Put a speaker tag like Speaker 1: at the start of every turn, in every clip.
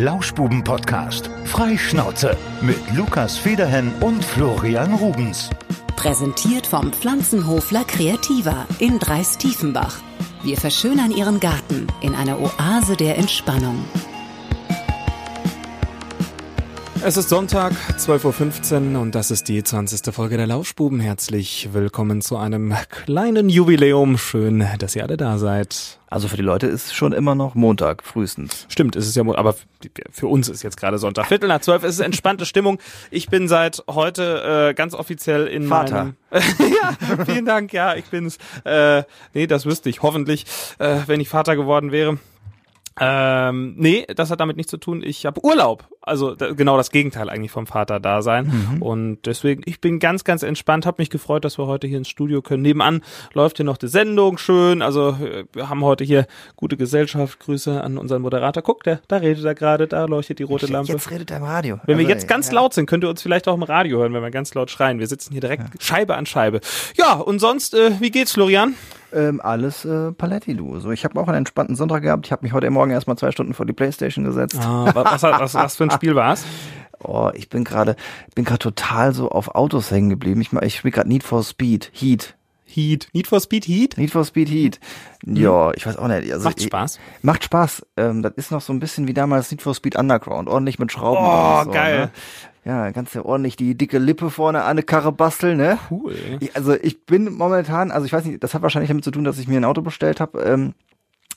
Speaker 1: Lauschbuben-Podcast. Freischnauze. Mit Lukas Federhen und Florian Rubens.
Speaker 2: Präsentiert vom Pflanzenhofler Kreativa in Dreistiefenbach. Wir verschönern Ihren Garten in einer Oase der Entspannung.
Speaker 3: Es ist Sonntag, 12.15 Uhr und das ist die 20. Folge der Lauschbuben. Herzlich willkommen zu einem kleinen Jubiläum. Schön, dass ihr alle da seid.
Speaker 4: Also für die Leute ist schon immer noch Montag frühestens.
Speaker 3: Stimmt, es ist ja, Mon- aber f- für uns ist jetzt gerade Sonntag. Viertel nach zwölf, es ist entspannte Stimmung. Ich bin seit heute äh, ganz offiziell in
Speaker 4: Vater.
Speaker 3: meinem... ja, vielen Dank, ja, ich bin's. Äh, nee, das wüsste ich hoffentlich, äh, wenn ich Vater geworden wäre. Ähm, nee, das hat damit nichts zu tun. Ich habe Urlaub. Also da, genau das Gegenteil eigentlich vom Vater-Dasein.
Speaker 4: Mhm.
Speaker 3: Und deswegen, ich bin ganz, ganz entspannt. Hab mich gefreut, dass wir heute hier ins Studio können. Nebenan läuft hier noch die Sendung schön. Also äh, wir haben heute hier gute Gesellschaft. Grüße an unseren Moderator. Guck, der, da redet er gerade, da leuchtet die rote Lampe.
Speaker 4: Jetzt redet er im Radio.
Speaker 3: Wenn wir
Speaker 4: Also,
Speaker 3: jetzt ganz
Speaker 4: ja.
Speaker 3: laut sind, könnt ihr uns vielleicht auch im Radio hören, wenn wir ganz laut schreien. Wir sitzen hier direkt Scheibe an Scheibe. Ja, und sonst, äh, wie geht's, Florian?
Speaker 4: Ähm, alles äh, Paletti, du. So, ich habe auch einen entspannten Sonntag gehabt. Ich habe mich heute Morgen erstmal zwei Stunden vor die Playstation gesetzt.
Speaker 3: Ah, was, was, was für ein Spiel war's?
Speaker 4: Oh, ich bin gerade, bin gerade total so auf Autos hängen geblieben. Ich, ma- ich spiele gerade Need for Speed, Heat.
Speaker 3: Heat. Need for Speed Heat?
Speaker 4: Need for Speed Heat. Ja, ich weiß auch nicht. Also,
Speaker 3: Mhm. Macht
Speaker 4: ich-
Speaker 3: Spaß.
Speaker 4: Macht Spaß. Ähm, das ist noch so ein bisschen wie damals Need for Speed Underground. Ordentlich mit Schrauben.
Speaker 3: Oh,
Speaker 4: und so,
Speaker 3: geil.
Speaker 4: Ne? Ja, kannst ja ordentlich die dicke Lippe vorne an eine Karre basteln, ne?
Speaker 3: Cool.
Speaker 4: Ich- Also ich bin momentan, also ich weiß nicht, das hat wahrscheinlich damit zu tun, dass ich mir ein Auto bestellt habe, ähm,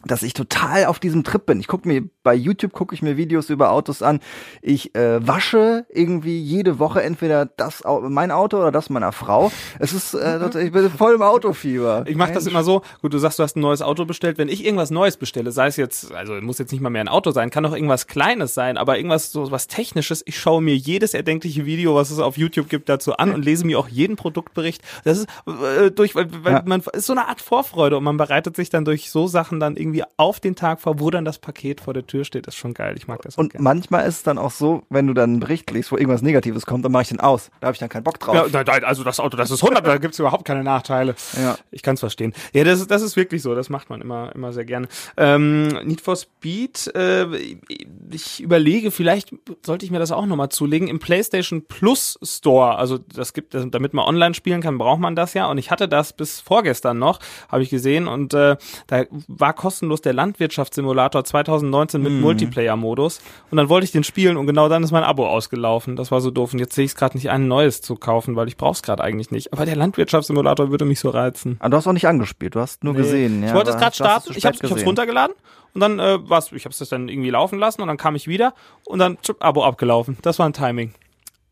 Speaker 4: dass ich total auf diesem Trip bin. Ich gucke mir bei YouTube gucke ich mir Videos über Autos an. Ich äh, wasche irgendwie jede Woche entweder das Au mein Auto oder das meiner Frau. Es ist, äh, tot- ich bin voll im Autofieber.
Speaker 3: Mhm. Ich mache das immer so, gut, du sagst, du hast ein neues Auto bestellt. Wenn ich irgendwas Neues bestelle, sei es jetzt, also muss jetzt nicht mal mehr ein Auto sein, kann auch irgendwas Kleines sein, aber irgendwas so was Technisches. Ich schaue mir jedes erdenkliche Video, was es auf YouTube gibt, dazu an und lese mir auch jeden Produktbericht. Das ist äh, durch, weil, weil
Speaker 4: Ja.
Speaker 3: man ist so eine Art Vorfreude und man bereitet sich dann durch so Sachen dann irgendwie auf den Tag vor, wo dann das Paket vor der Tür steht. Das ist schon geil. Ich mag das. auch
Speaker 4: Und
Speaker 3: gerne.
Speaker 4: manchmal ist es dann auch so, wenn du dann einen Bericht liest, wo irgendwas Negatives kommt, dann mache ich den aus. Da habe ich dann keinen Bock drauf.
Speaker 3: Ja, nein, nein, also das Auto, das ist 100, da gibt's überhaupt keine Nachteile.
Speaker 4: Ja.
Speaker 3: Ich kann's verstehen. Ja, das, ist- das ist wirklich so, das macht man immer, immer sehr gerne. Ähm, Need for Speed, äh, ich überlege, vielleicht sollte ich mir das auch nochmal zulegen. Im PlayStation Plus Store, also das gibt, damit man online spielen kann, braucht man das ja. Und ich hatte das bis vorgestern noch, habe ich gesehen. Und äh, da war kostenlos der Landwirtschaftssimulator 2019 mit Multiplayer-Modus. Und dann wollte ich den spielen und genau dann ist mein Abo ausgelaufen. Das war so doof. Und jetzt sehe ich es gerade nicht ein, neues zu kaufen, weil ich brauche es gerade eigentlich nicht. Aber der Landwirtschaftssimulator würde mich so reizen.
Speaker 4: Aber Ah, du hast auch nicht angespielt, du hast nur gesehen. Ja,
Speaker 3: ich wollte es
Speaker 4: aber
Speaker 3: gerade
Speaker 4: hast- du hast
Speaker 3: starten,
Speaker 4: zu
Speaker 3: ich
Speaker 4: spät
Speaker 3: habe es
Speaker 4: gesehen.
Speaker 3: runtergeladen und dann äh, war's, ich habe es dann irgendwie laufen lassen und dann kam ich wieder und dann tschupp, Abo abgelaufen. Das war ein Timing.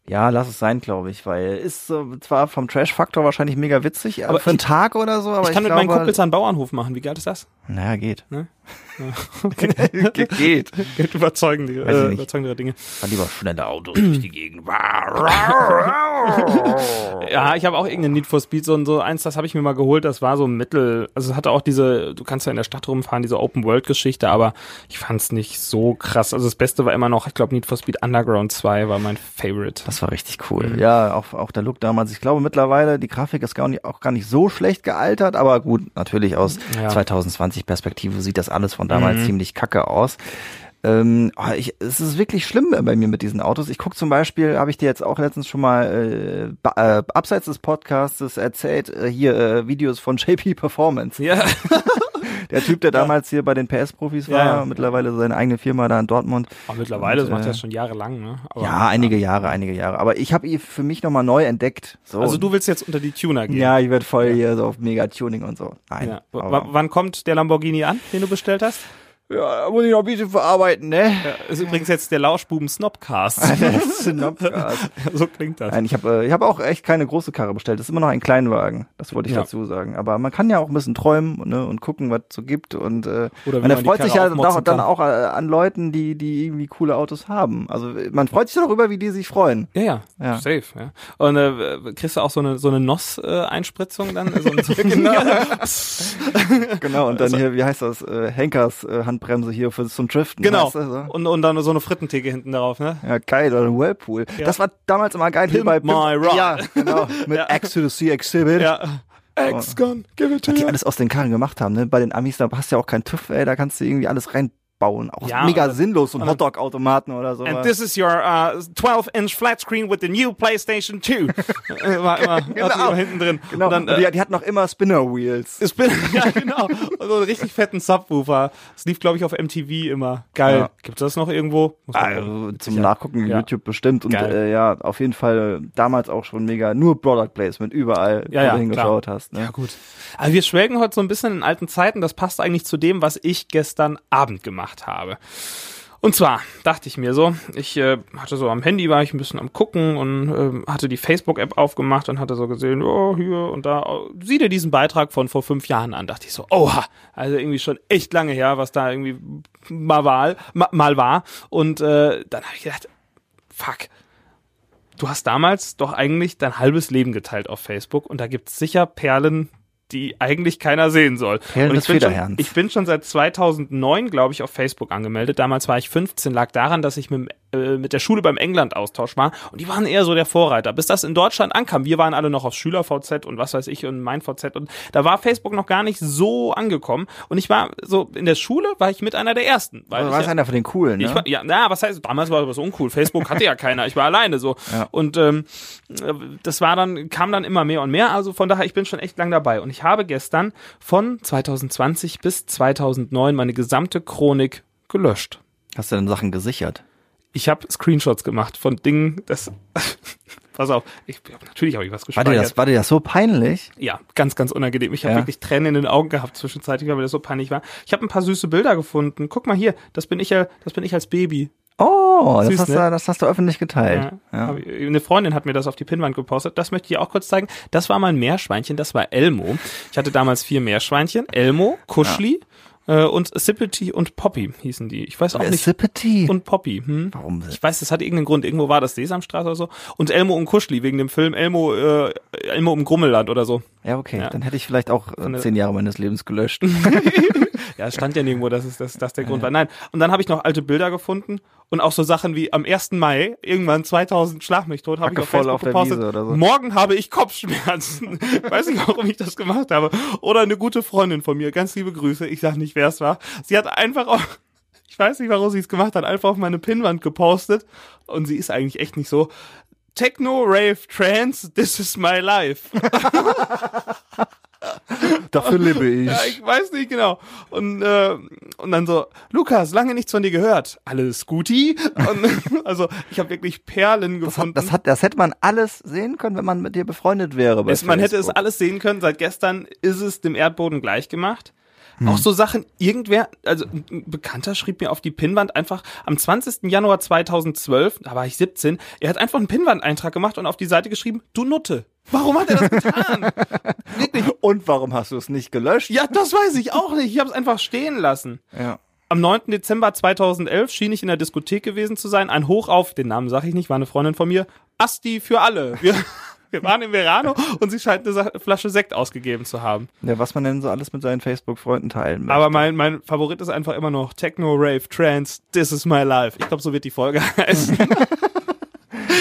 Speaker 4: Ja, lass es sein, glaube ich, weil ist so zwar vom Trash-Faktor wahrscheinlich mega witzig, aber
Speaker 3: Aber
Speaker 4: für einen Tag oder so, aber ich,
Speaker 3: ich kann mit
Speaker 4: glaube, halt-
Speaker 3: meinen Kumpels einen Bauernhof machen. Wie geil ist das?
Speaker 4: Naja, geht.
Speaker 3: Ne?
Speaker 4: Ge geht.
Speaker 3: Geld überzeugende,
Speaker 4: Weiß ich
Speaker 3: äh,
Speaker 4: nicht.
Speaker 3: überzeugende Dinge.
Speaker 4: Dann lieber schnelle Autos durch die Gegend.
Speaker 3: Ja, ich habe auch irgendeinen Need for Speed, so, so eins, das habe ich mir mal geholt, das war so ein Mittel, also es hatte auch diese, du kannst ja in der Stadt rumfahren, diese Open-World-Geschichte, aber ich fand's nicht so krass. Also das Beste war immer noch, ich glaube, Need for Speed Underground 2 war mein Favorite.
Speaker 4: Das war richtig cool. Mhm. Ja, auch, auch der Look damals. Ich glaube mittlerweile, die Grafik ist gar nicht, auch gar nicht so schlecht gealtert, aber gut, natürlich aus
Speaker 3: Ja. Mhm.
Speaker 4: 2020 Perspektive sieht das alles von damals ziemlich kacke aus. Ähm, oh, ich, es ist wirklich schlimm bei mir mit diesen Autos. Ich guck zum Beispiel, habe ich dir jetzt auch letztens schon mal äh, ba- äh, abseits des Podcasts erzählt, äh, hier äh, Videos von JP Performance.
Speaker 3: Ja,
Speaker 4: Der Typ, der damals hier bei den PS-Profis war,
Speaker 3: Ja, ja.
Speaker 4: mittlerweile seine eigene Firma da in Dortmund.
Speaker 3: aber mittlerweile, das
Speaker 4: Und,
Speaker 3: macht
Speaker 4: äh,
Speaker 3: ja schon jahrelang, ne? Aber,
Speaker 4: Ja, einige Jahre, einige Jahre. Aber ich habe ihn für mich nochmal neu entdeckt. So.
Speaker 3: Also du willst jetzt unter die Tuner gehen.
Speaker 4: Ja, ich werd voll hier so auf Mega-Tuning und so. Nein.
Speaker 3: Ja. W- w-
Speaker 4: aber-
Speaker 3: wann kommt der Lamborghini an, den du bestellt hast?
Speaker 4: Ja, da muss ich noch ein bisschen verarbeiten, ne?
Speaker 3: Ja, ist übrigens jetzt der Lauschbuben Snobcast.
Speaker 4: Das ist ein Nopfgas.
Speaker 3: so klingt das.
Speaker 4: Nein, ich habe äh, ich hab auch echt keine große Karre bestellt. Das ist immer noch ein Kleinwagen. Das wollte ich
Speaker 3: Ja.
Speaker 4: dazu sagen. Aber man kann ja auch ein bisschen träumen ne, und gucken, was es so gibt. Und, äh,
Speaker 3: Oder wie
Speaker 4: man,
Speaker 3: man die
Speaker 4: freut sich ja
Speaker 3: Karre
Speaker 4: dann
Speaker 3: aufmotzen
Speaker 4: auch, dann
Speaker 3: kann.
Speaker 4: auch äh, an Leuten, die, die irgendwie coole Autos haben. Also äh, man freut sich darüber, wie die sich freuen.
Speaker 3: Ja, ja,
Speaker 4: Ja.
Speaker 3: safe. Ja. Und äh, kriegst du auch so eine, so eine NOS-Einspritzung dann? So ein-
Speaker 4: Genau. Und dann hier, wie heißt das? Äh, Henkers äh, Handbremse hier für, zum Driften.
Speaker 3: Genau.
Speaker 4: Weißt du, so?
Speaker 3: Und, und dann so eine Frittentheke hinten drauf, ne?
Speaker 4: Ja, geil, oder ein Whirlpool.
Speaker 3: Ja.
Speaker 4: Das war damals immer geil hier
Speaker 3: Pimp my
Speaker 4: bei
Speaker 3: ride.
Speaker 4: Ja, genau. Mit
Speaker 3: Ja.
Speaker 4: X to the Sea Exhibit.
Speaker 3: Ja. Ex-Gun, give it to
Speaker 4: Oh. Die
Speaker 3: you.
Speaker 4: alles aus den Karren gemacht haben, ne? Bei den Amis, da hast du ja auch keinen TÜV, ey, da kannst du irgendwie alles rein bauen. Auch
Speaker 3: Ja,
Speaker 4: mega
Speaker 3: oder-
Speaker 4: sinnlos, so ein Hotdog-Automaten oder so.
Speaker 3: And this is your uh, 12-inch flat screen with the new PlayStation 2. Äh, war immer, genau.
Speaker 4: Genau.
Speaker 3: immer hinten drin.
Speaker 4: genau.
Speaker 3: Und dann, äh,
Speaker 4: Und die, die hatten noch immer Spinner-Wheels.
Speaker 3: Ich bin, ja, genau. Und so einen richtig fetten Subwoofer. Das lief, glaube ich, auf MTV immer. Geil.
Speaker 4: Ja.
Speaker 3: Gibt's das noch irgendwo? Muss man mal-
Speaker 4: Also, zum Nachgucken
Speaker 3: Ja.
Speaker 4: YouTube bestimmt. Und
Speaker 3: Geil.
Speaker 4: äh, ja, auf jeden Fall damals auch schon mega. Nur Product Placement überall,
Speaker 3: Ja,
Speaker 4: wo
Speaker 3: ja,
Speaker 4: du hingeschaut
Speaker 3: klar.
Speaker 4: hast. Ne?
Speaker 3: Ja, gut. Aber Also wir schwelgen heute so ein bisschen in alten Zeiten. Das passt eigentlich zu dem, was ich gestern Abend gemacht habe. Und zwar dachte ich mir so, ich äh, hatte so am Handy, war ich ein bisschen am Gucken und ähm, hatte die Facebook-App aufgemacht und hatte so gesehen, oh, hier und da, oh, sieh dir diesen Beitrag von vor fünf Jahren an. Dachte ich so, oha, also irgendwie schon echt lange her, was da irgendwie mal war. ma- Mal war. Und äh, dann habe ich gedacht, fuck, du hast damals doch eigentlich dein halbes Leben geteilt auf Facebook und da gibt's sicher Perlen, die eigentlich keiner sehen soll.
Speaker 4: Perlen
Speaker 3: und ich
Speaker 4: des
Speaker 3: bin schon,
Speaker 4: Federherrns.
Speaker 3: ich bin schon seit 2009, glaube ich, auf Facebook angemeldet. Damals war ich 15, lag daran, dass ich mit, dem, äh, mit der Schule beim England-Austausch war und die waren eher so der Vorreiter. Bis das in Deutschland ankam, wir waren alle noch auf SchülerVZ und was weiß ich und MeinVZ und da war Facebook noch gar nicht so angekommen und ich war so in der Schule war ich mit einer der ersten, weil
Speaker 4: Du
Speaker 3: ich
Speaker 4: warst
Speaker 3: ja-
Speaker 4: einer von den coolen, ne?
Speaker 3: ich war, ja, na, was heißt, damals war das uncool. Facebook hatte ja keiner. Ich war alleine so.
Speaker 4: Ja.
Speaker 3: Und ähm, das war dann, kam dann immer mehr und mehr. Also von daher, ich bin schon echt lang dabei. Und ich habe gestern von 2020 bis 2009 meine gesamte Chronik gelöscht.
Speaker 4: hast du denn Sachen gesichert?
Speaker 3: Ich habe Screenshots gemacht von Dingen, das. Pass auf, ich, natürlich habe ich was
Speaker 4: War
Speaker 3: gespeichert.
Speaker 4: dir, das, war dir das so peinlich?
Speaker 3: Ja, ganz, ganz unangenehm. Ich habe
Speaker 4: Ja.
Speaker 3: wirklich Tränen in den Augen gehabt zwischenzeitlich, weil das so peinlich war. Ich habe ein paar süße Bilder gefunden. Guck mal hier, das bin ich ja, das bin ich als Baby.
Speaker 4: Oh,
Speaker 3: Süß,
Speaker 4: das, hast
Speaker 3: ne?
Speaker 4: du, das hast du öffentlich geteilt.
Speaker 3: Ja, hab ich- Eine Freundin hat mir das auf die Pinnwand gepostet. Das möchte ich auch kurz zeigen. Das war mein Meerschweinchen, das war Elmo. Ich hatte damals vier Meerschweinchen. Elmo, Kuschli äh, und Sippity und Poppy hießen die. Ich weiß auch nicht.
Speaker 4: Sippity.
Speaker 3: und Poppy. Hm?
Speaker 4: Äh, Warum?
Speaker 3: Ich weiß, das hat irgendeinen Grund. Irgendwo war das Sesamstraße oder so. Und Elmo und Kuschli wegen dem Film Elmo, äh, Elmo im Grummelland oder so.
Speaker 4: Ja, okay.
Speaker 3: Ja.
Speaker 4: Dann hätte ich vielleicht auch äh, zehn Jahre meines Lebens gelöscht.
Speaker 3: Ja, es stand ja nirgendwo, dass es dass das der Grund war. Nein. Und dann habe ich noch alte Bilder gefunden und auch so Sachen wie am 1. Mai, irgendwann 2000, schlag mich tot, habe ich
Speaker 4: Hacke
Speaker 3: auf
Speaker 4: voll
Speaker 3: Facebook
Speaker 4: auf der
Speaker 3: gepostet.
Speaker 4: Wiese oder so.
Speaker 3: Morgen habe ich Kopfschmerzen. Weiß nicht, warum ich das gemacht habe. Oder eine gute Freundin von mir, ganz liebe Grüße, ich sage nicht, wer es war. Sie hat einfach auch, ich weiß nicht, warum sie es gemacht hat, einfach auf meine Pinnwand gepostet. Und sie ist eigentlich echt nicht so. Techno, Rave, Trance, this is my life.
Speaker 4: Dafür lebe
Speaker 3: Ja, ich weiß nicht genau. Und, äh, und dann so, Lukas, lange nichts von dir gehört. Alles Guti. Und, also ich habe wirklich Perlen
Speaker 4: Das, hat,
Speaker 3: gefunden.
Speaker 4: das, hat, das hätte man alles sehen können, wenn man mit dir befreundet wäre. Bei
Speaker 3: es, man hätte es
Speaker 4: Facebook.
Speaker 3: alles sehen können. Seit gestern ist es dem Erdboden gleich gemacht.
Speaker 4: Hm.
Speaker 3: Auch so Sachen, irgendwer, also ein Bekannter schrieb mir auf die Pinnwand einfach am 20. Januar 2012, da war ich 17, er hat einfach einen Pinnwand-Eintrag gemacht und auf die Seite geschrieben, du Nutte. Warum hat er das getan? Wirklich?
Speaker 4: Und warum hast du es nicht gelöscht?
Speaker 3: Ja, das weiß ich auch nicht. Ich habe es einfach stehen lassen.
Speaker 4: Ja.
Speaker 3: Am 9. Dezember 2011 schien ich in der Diskothek gewesen zu sein. Ein Hoch auf, den Namen sage ich nicht, war eine Freundin von mir. Asti für alle. Wir, wir waren in Verano und sie scheint eine Sa- Flasche Sekt ausgegeben zu haben.
Speaker 4: ja. Was man denn so alles mit seinen Facebook-Freunden teilen will.
Speaker 3: Aber mein, mein Favorit ist einfach immer noch Techno, Rave, Trance, This is my life. Ich glaube, so wird die Folge heißen.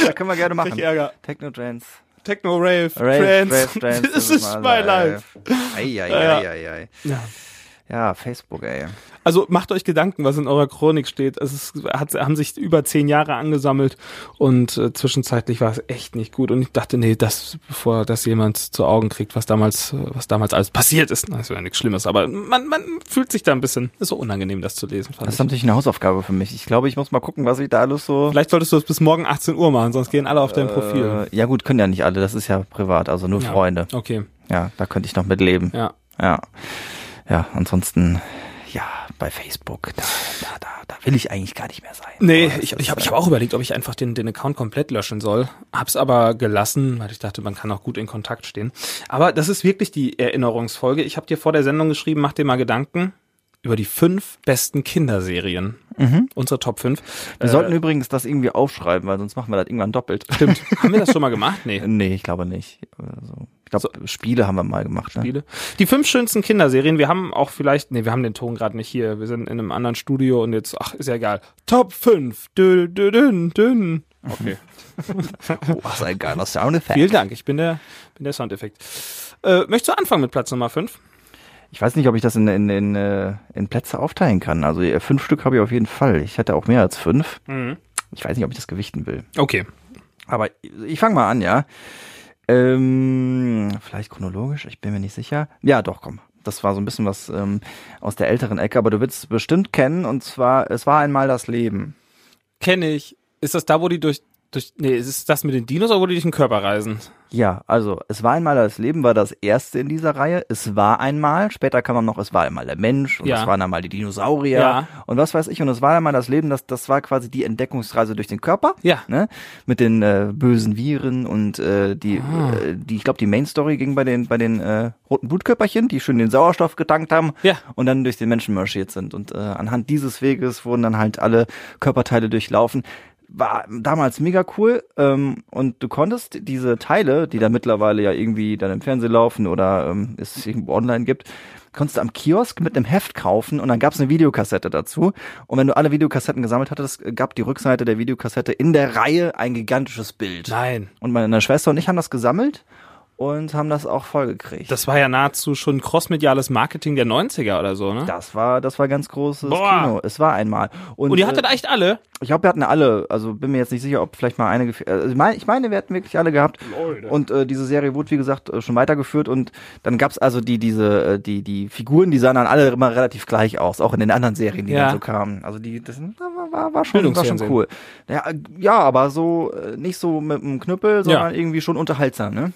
Speaker 4: Da können wir gerne machen.
Speaker 3: Krieg Ärger.
Speaker 4: Technotrans.
Speaker 3: Techno, Rave,
Speaker 4: Rave,
Speaker 3: Trance,
Speaker 4: Rave, Trance,
Speaker 3: This is my life.
Speaker 4: Ei, ei,
Speaker 3: Ja.
Speaker 4: ei, ei, ei.
Speaker 3: Ja.
Speaker 4: Ja, Facebook, ey.
Speaker 3: Also macht euch Gedanken, was in eurer Chronik steht. Es ist, hat, haben sich über zehn Jahre angesammelt und äh, zwischenzeitlich war es echt nicht gut. Und ich dachte, nee, das, bevor das jemand zu Augen kriegt, was damals, äh, was damals alles passiert ist. Na, Das wäre nichts Schlimmes, aber man, man fühlt sich da ein bisschen, ist so unangenehm, das zu lesen. Fand
Speaker 4: Das ist
Speaker 3: ich.
Speaker 4: natürlich eine Hausaufgabe für mich. Ich glaube, ich muss mal gucken, was ich da alles so.
Speaker 3: Vielleicht solltest du es bis morgen 18 Uhr machen, sonst gehen alle auf dein Profil.
Speaker 4: Äh, ja, gut, können ja nicht alle. Das ist ja privat, also nur
Speaker 3: Ja.
Speaker 4: Freunde.
Speaker 3: Okay,
Speaker 4: Ja, da könnte ich noch mitleben.
Speaker 3: ja.
Speaker 4: Ja. Ja, ansonsten, ja, bei Facebook, da, da, da, da will ich eigentlich gar nicht mehr sein.
Speaker 3: Nee,
Speaker 4: Aber das
Speaker 3: ich,
Speaker 4: ist,
Speaker 3: ich habe ich
Speaker 4: äh,
Speaker 3: hab auch überlegt, ob ich einfach den, den Account komplett löschen soll. Hab's aber gelassen, weil ich dachte, man kann auch gut in Kontakt stehen. Aber das ist wirklich die Erinnerungsfolge. Ich habe dir vor der Sendung geschrieben, mach dir mal Gedanken über die fünf besten Kinderserien. Unsere Top Äh, 5.
Speaker 4: Mhm. äh, Wir sollten übrigens das irgendwie aufschreiben, weil sonst machen wir das irgendwann doppelt.
Speaker 3: Stimmt. Haben wir das schon mal gemacht? Nee.
Speaker 4: Nee, ich glaube nicht. Also, ich glaube, Spiele haben wir mal gemacht. Ne?
Speaker 3: Spiele. Die fünf schönsten Kinderserien. Wir haben auch vielleicht, nee, wir haben den Ton gerade nicht hier. Wir sind in einem anderen Studio und jetzt, ach, ist ja egal. Top 5. Dö, dö, dünn, dünn. Okay.
Speaker 4: Oh, was ein geiler Soundeffekt.
Speaker 3: Vielen Dank, ich bin der, bin der Soundeffekt. Äh, möchtest du anfangen mit Platz Nummer 5?
Speaker 4: Ich weiß nicht, ob ich das in, in, in, äh, in Plätze aufteilen kann. Also äh, fünf Stück habe ich auf jeden Fall. Ich hatte auch mehr als fünf. Ich weiß nicht, ob ich das gewichten will.
Speaker 3: Okay.
Speaker 4: Aber ich fange mal an, ja. Ähm, vielleicht chronologisch, ich bin mir nicht sicher. Ja, doch, komm. Das war so ein bisschen was ähm, aus der älteren Ecke, aber du wirst es bestimmt kennen. Und zwar, es war einmal das Leben.
Speaker 3: Kenne ich. Ist das da, wo die durch, durch, nee, ist es das mit den Dinos oder wo die durch den Körper reisen?
Speaker 4: Ja, also es war einmal das Leben, war das erste in dieser Reihe. Es war einmal, später kam man noch, es war einmal der Mensch und
Speaker 3: Ja.
Speaker 4: es waren einmal die Dinosaurier
Speaker 3: Ja.
Speaker 4: und was weiß ich. Und es war einmal das Leben, das, das war quasi die Entdeckungsreise durch den Körper.
Speaker 3: Ja.
Speaker 4: Ne? Mit den äh, bösen Viren und äh, die,
Speaker 3: Ah.
Speaker 4: äh, die, ich glaube, die Main Story ging bei den, bei den äh, roten Blutkörperchen, die schön den Sauerstoff getankt haben
Speaker 3: Ja.
Speaker 4: und dann durch den Menschen marschiert sind. Und äh, anhand dieses Weges wurden dann halt alle Körperteile durchlaufen. War damals mega cool. Ähm, und du konntest diese Teile, die da mittlerweile ja irgendwie dann im Fernsehen laufen oder ähm, es irgendwo online gibt, konntest du am Kiosk mit einem Heft kaufen und dann gab es eine Videokassette dazu. Und wenn du alle Videokassetten gesammelt hattest, gab die Rückseite der Videokassette in der Reihe ein gigantisches Bild.
Speaker 3: Nein.
Speaker 4: Und meine Schwester und ich haben das gesammelt und haben das auch vollgekriegt.
Speaker 3: Das war ja nahezu schon crossmediales Marketing der 90er oder so, ne?
Speaker 4: Das war, das war ganz großes
Speaker 3: Boah.
Speaker 4: Kino. Es war einmal. Und,
Speaker 3: Und ihr
Speaker 4: äh,
Speaker 3: hattet echt alle?
Speaker 4: ich glaube, wir hatten alle, also bin mir jetzt nicht sicher, ob vielleicht mal eine, gef- also ich, mein, ich meine, wir hatten wirklich alle gehabt. Und äh, diese Serie wurde, wie gesagt, äh, schon weitergeführt und dann gab's also die, diese, äh, die, die Figuren, die sahen dann alle immer relativ gleich aus, auch in den anderen Serien, die
Speaker 3: Ja.
Speaker 4: dann so kamen. Also die, das war, war, war, schon, war schon
Speaker 3: Bildungsfernsehen.
Speaker 4: cool. Ja, äh, ja, aber so, äh, nicht so mit einem Knüppel, sondern irgendwie schon unterhaltsam, ne?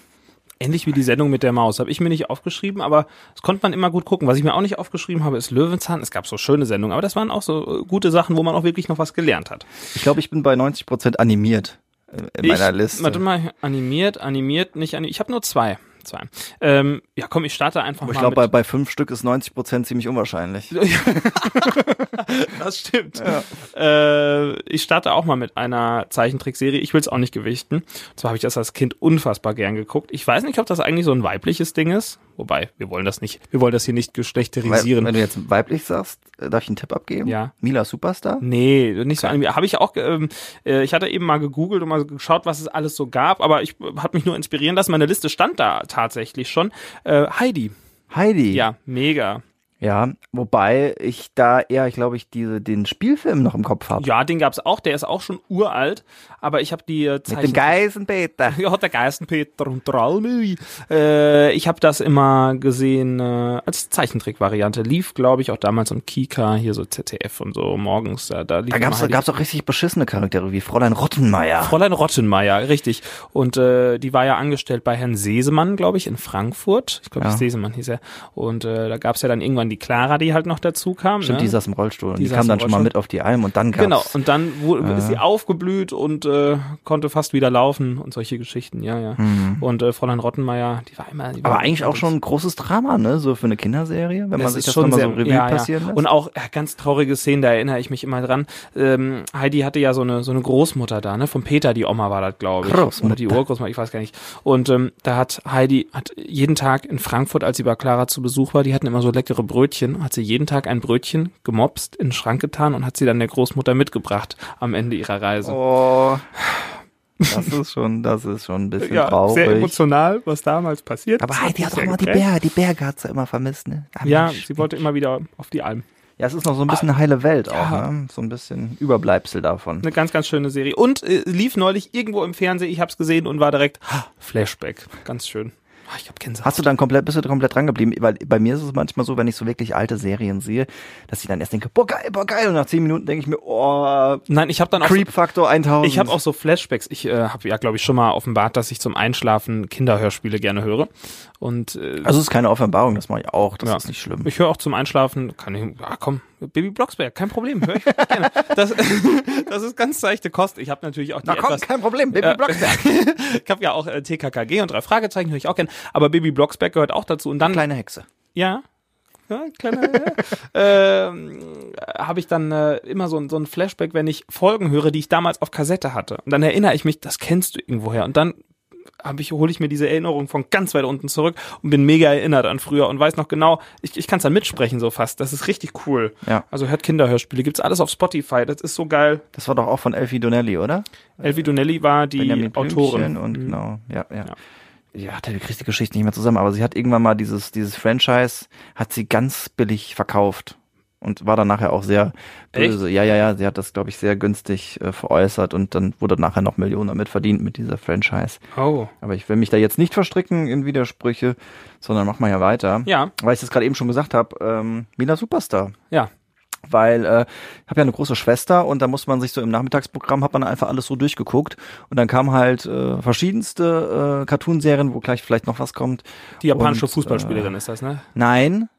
Speaker 3: Ähnlich wie die Sendung mit der Maus. Habe ich mir nicht aufgeschrieben, aber das konnte man immer gut gucken. Was ich mir auch nicht aufgeschrieben habe, ist Löwenzahn. Es gab so schöne Sendungen, aber das waren auch so äh, gute Sachen, wo man auch wirklich noch was gelernt hat.
Speaker 4: Ich glaube, ich bin bei 90% animiert äh, in meiner
Speaker 3: ich,
Speaker 4: Liste.
Speaker 3: Warte mal, animiert, animiert, nicht animiert. Ich habe nur zwei. zwei. Ähm, ja, komm, ich starte einfach
Speaker 4: Aber ich
Speaker 3: mal.
Speaker 4: glaube, bei,
Speaker 3: mit.
Speaker 4: bei fünf Stück ist 90% ziemlich unwahrscheinlich.
Speaker 3: das stimmt. Äh, ich starte auch mal mit einer Zeichentrickserie. Ich will es auch nicht gewichten. Und zwar habe ich das als Kind unfassbar gern geguckt. Ich weiß nicht, ob das eigentlich so ein weibliches Ding ist. Wobei, wir wollen das nicht, wir wollen das hier nicht geschlechterisieren.
Speaker 4: Wenn du jetzt weiblich sagst, äh, darf ich einen Tipp abgeben?
Speaker 3: Ja.
Speaker 4: Mila Superstar?
Speaker 3: Nee, nicht so animiert. Habe ich auch, ge- ähm, äh, ich hatte eben mal gegoogelt und mal geschaut, was es alles so gab, aber ich äh, habe mich nur inspirieren lassen. Meine Liste stand da tatsächlich schon. Äh, Heidi,
Speaker 4: Heidi.
Speaker 3: ja, mega.
Speaker 4: Ja, wobei ich da eher, ich glaube ich, diese, den Spielfilm noch im Kopf habe.
Speaker 3: Ja, den gab's auch, der ist auch schon uralt, aber ich habe die äh,
Speaker 4: Mit dem Geisenpeter.
Speaker 3: Ja, hat der Geistenpeter und Trallmühl. Äh, ich habe das immer gesehen äh, als Zeichentrick-Variante. Lief, glaube ich, auch damals im Kika, hier so ZDF und so morgens. Da, da, lief
Speaker 4: Da gab's,
Speaker 3: immer
Speaker 4: da
Speaker 3: Heidi.
Speaker 4: gab's auch richtig beschissene Charaktere wie Fräulein Rottenmeier.
Speaker 3: Fräulein Rottenmeier, richtig. Und äh, die war ja angestellt bei Herrn Sesemann, glaube ich, in Frankfurt. Ich glaube,
Speaker 4: Ja.
Speaker 3: Sesemann hieß er. Und äh, da gab's ja dann irgendwann die Clara, die halt noch dazu kam.
Speaker 4: Stimmt,
Speaker 3: ne?
Speaker 4: die saß im Rollstuhl und
Speaker 3: Die
Speaker 4: die,
Speaker 3: saß
Speaker 4: kam dann
Speaker 3: im
Speaker 4: schon mal
Speaker 3: Rollstuhl.
Speaker 4: mit auf die Alm und dann gab's.
Speaker 3: Genau, und dann wo, ist sie aufgeblüht und äh, konnte fast wieder laufen und solche Geschichten, ja, ja. Und äh, Fräulein Rottenmeier, die war immer. Die war
Speaker 4: Mhm. Aber eigentlich auch schon ein großes Drama, ne? So für eine Kinderserie, wenn man
Speaker 3: Das
Speaker 4: sich
Speaker 3: ist
Speaker 4: das
Speaker 3: schon
Speaker 4: nochmal so
Speaker 3: sehr,
Speaker 4: Revue
Speaker 3: ja,
Speaker 4: passieren
Speaker 3: ja.
Speaker 4: lässt.
Speaker 3: Und auch ja, ganz traurige Szenen, da erinnere ich mich immer dran. Ähm, Heidi hatte ja so eine, so eine Großmutter da, ne? Von Peter, die Oma war das, glaube ich.
Speaker 4: Großmutter.
Speaker 3: Oder die Urgroßmutter, ich weiß gar nicht. Und ähm, da hat Heidi hat jeden Tag in Frankfurt, als sie bei Clara zu Besuch war, die hatten immer so leckere Brötchen, hat sie jeden Tag ein Brötchen gemopst, in den Schrank getan und hat sie dann der Großmutter mitgebracht am Ende ihrer Reise.
Speaker 4: oh. Das ist schon, das ist schon ein bisschen traurig.
Speaker 3: sehr emotional, was damals passiert.
Speaker 4: Aber
Speaker 3: ist.
Speaker 4: Heidi hat auch
Speaker 3: Sehr
Speaker 4: immer die
Speaker 3: geprägt.
Speaker 4: Berge, die Berge hat sie immer vermisst, ne? Ah,
Speaker 3: Ja,
Speaker 4: Mensch. Ah,
Speaker 3: sie wollte immer wieder auf die Alm.
Speaker 4: Ja, es ist noch so ein bisschen eine heile Welt auch, ne? So ein bisschen Überbleibsel davon.
Speaker 3: Eine ganz, ganz schöne Serie. Und äh, lief neulich irgendwo im Fernsehen, ich hab's gesehen und war direkt "Ha, Flashback. Ganz schön. Ah, Ich hab Gänsehaut.
Speaker 4: Hast du dann komplett, bist du komplett dran geblieben? Weil bei mir ist es manchmal so, wenn ich so wirklich alte Serien sehe, dass ich dann erst denke, boah geil, boah geil, und nach zehn Minuten denke ich mir, oh,
Speaker 3: Nein, ich habe dann auch
Speaker 4: Creep Factor 1000.
Speaker 3: Also, Ich habe auch so Flashbacks. Ich äh, habe ja, glaube ich, schon mal offenbart, dass ich zum Einschlafen Kinderhörspiele gerne höre. Und äh,
Speaker 4: also es ist keine Offenbarung, das mache ich auch, das
Speaker 3: ja.
Speaker 4: ist nicht schlimm.
Speaker 3: Ich höre auch zum Einschlafen, kann ich, ah komm, Baby Blocksberg, kein Problem, höre ich gerne. Das, das ist ganz seichte Kost. Ich habe natürlich auch die
Speaker 4: Na komm,
Speaker 3: etwas,
Speaker 4: kein Problem, Baby
Speaker 3: Ja.
Speaker 4: Blocksberg.
Speaker 3: ich habe ja auch äh, TKKG und drei Fragezeichen höre ich auch gerne, aber Baby Blocksberg gehört auch dazu und dann
Speaker 4: Kleine Hexe.
Speaker 3: Ja. Ja, kleiner. ähm, habe ich dann äh, immer so, ein- so ein Flashback, wenn ich Folgen höre, die ich damals auf Kassette hatte. Und dann erinnere ich mich, das kennst du irgendwoher. Und dann hab ich, hole ich mir diese Erinnerung von ganz weit unten zurück und bin mega erinnert an früher und weiß noch genau, ich, ich kann es dann mitsprechen so fast. Das ist richtig cool.
Speaker 4: Ja.
Speaker 3: Also hört Kinderhörspiele, gibt's alles auf Spotify. Das ist so geil.
Speaker 4: Das war doch auch von Elfie Donnelly, oder?
Speaker 3: Elvi Donnelly war die
Speaker 4: Äh, Benjamin Blümchen
Speaker 3: Autorin. Mhm.
Speaker 4: Und genau, ja, ja. ja, du kriegst die Geschichte nicht mehr zusammen, aber sie hat irgendwann mal dieses, dieses Franchise, hat sie ganz billig verkauft und war dann nachher auch sehr böse. Ja, ja, ja, sie hat das, glaube ich, sehr günstig äh, veräußert und dann wurde nachher noch Millionen damit verdient mit dieser Franchise.
Speaker 3: Oh.
Speaker 4: Aber ich will mich da jetzt nicht verstricken in Widersprüche, sondern mach mal ja weiter.
Speaker 3: Ja,
Speaker 4: Weil ich das gerade eben schon gesagt habe, ähm, Mila Superstar.
Speaker 3: ja.
Speaker 4: Weil äh, ich habe ja eine große Schwester und da muss man sich so im Nachmittagsprogramm hat man einfach alles so durchgeguckt und dann kamen halt äh, verschiedenste äh, Cartoonserien, wo gleich vielleicht noch was kommt.
Speaker 3: Die japanische
Speaker 4: Und,
Speaker 3: Fußballspielerin ist das, ne?
Speaker 4: Nein,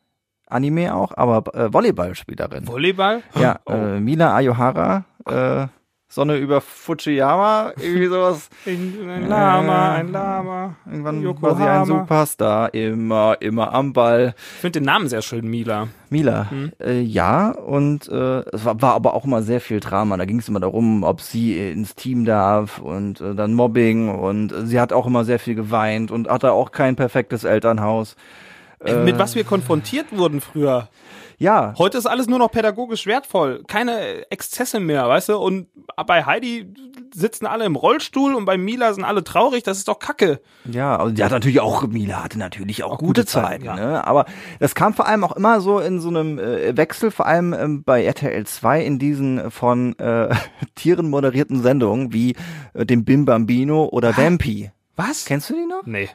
Speaker 4: Anime auch, aber äh, Volleyballspielerin.
Speaker 3: Volleyball?
Speaker 4: Ja,
Speaker 3: Oh.
Speaker 4: äh, Mina Ayohara, äh, Sonne über Fujiyama, irgendwie sowas.
Speaker 3: Ein Lama, ein Lama.
Speaker 4: Irgendwann war sie
Speaker 3: Yokohama.
Speaker 4: ein Superstar, immer, immer am Ball.
Speaker 3: Ich finde den Namen sehr schön, Mila.
Speaker 4: Mila, äh, ja, und äh, es war, war aber auch immer sehr viel Drama. Da ging es immer darum, ob sie ins Team darf und äh, dann Mobbing und äh, sie hat auch immer sehr viel geweint und hatte auch kein perfektes Elternhaus.
Speaker 3: Äh, Mit was wir konfrontiert wurden früher.
Speaker 4: Ja,
Speaker 3: Heute ist alles nur noch pädagogisch wertvoll. Keine Exzesse mehr, weißt du? Und bei Heidi sitzen alle im Rollstuhl und bei Mila sind alle traurig. Das ist doch Kacke.
Speaker 4: Ja, also die hat natürlich auch, Mila hatte natürlich auch, gute,
Speaker 3: gute Zeiten,
Speaker 4: Zeiten, ne? Aber das kam vor allem auch immer so in so einem äh, Wechsel, vor allem ähm, bei RTL 2 in diesen von äh, Tieren moderierten Sendungen wie äh, dem Bim Bambino oder Vampy.
Speaker 3: Was?
Speaker 4: Kennst du die noch?
Speaker 3: Nee.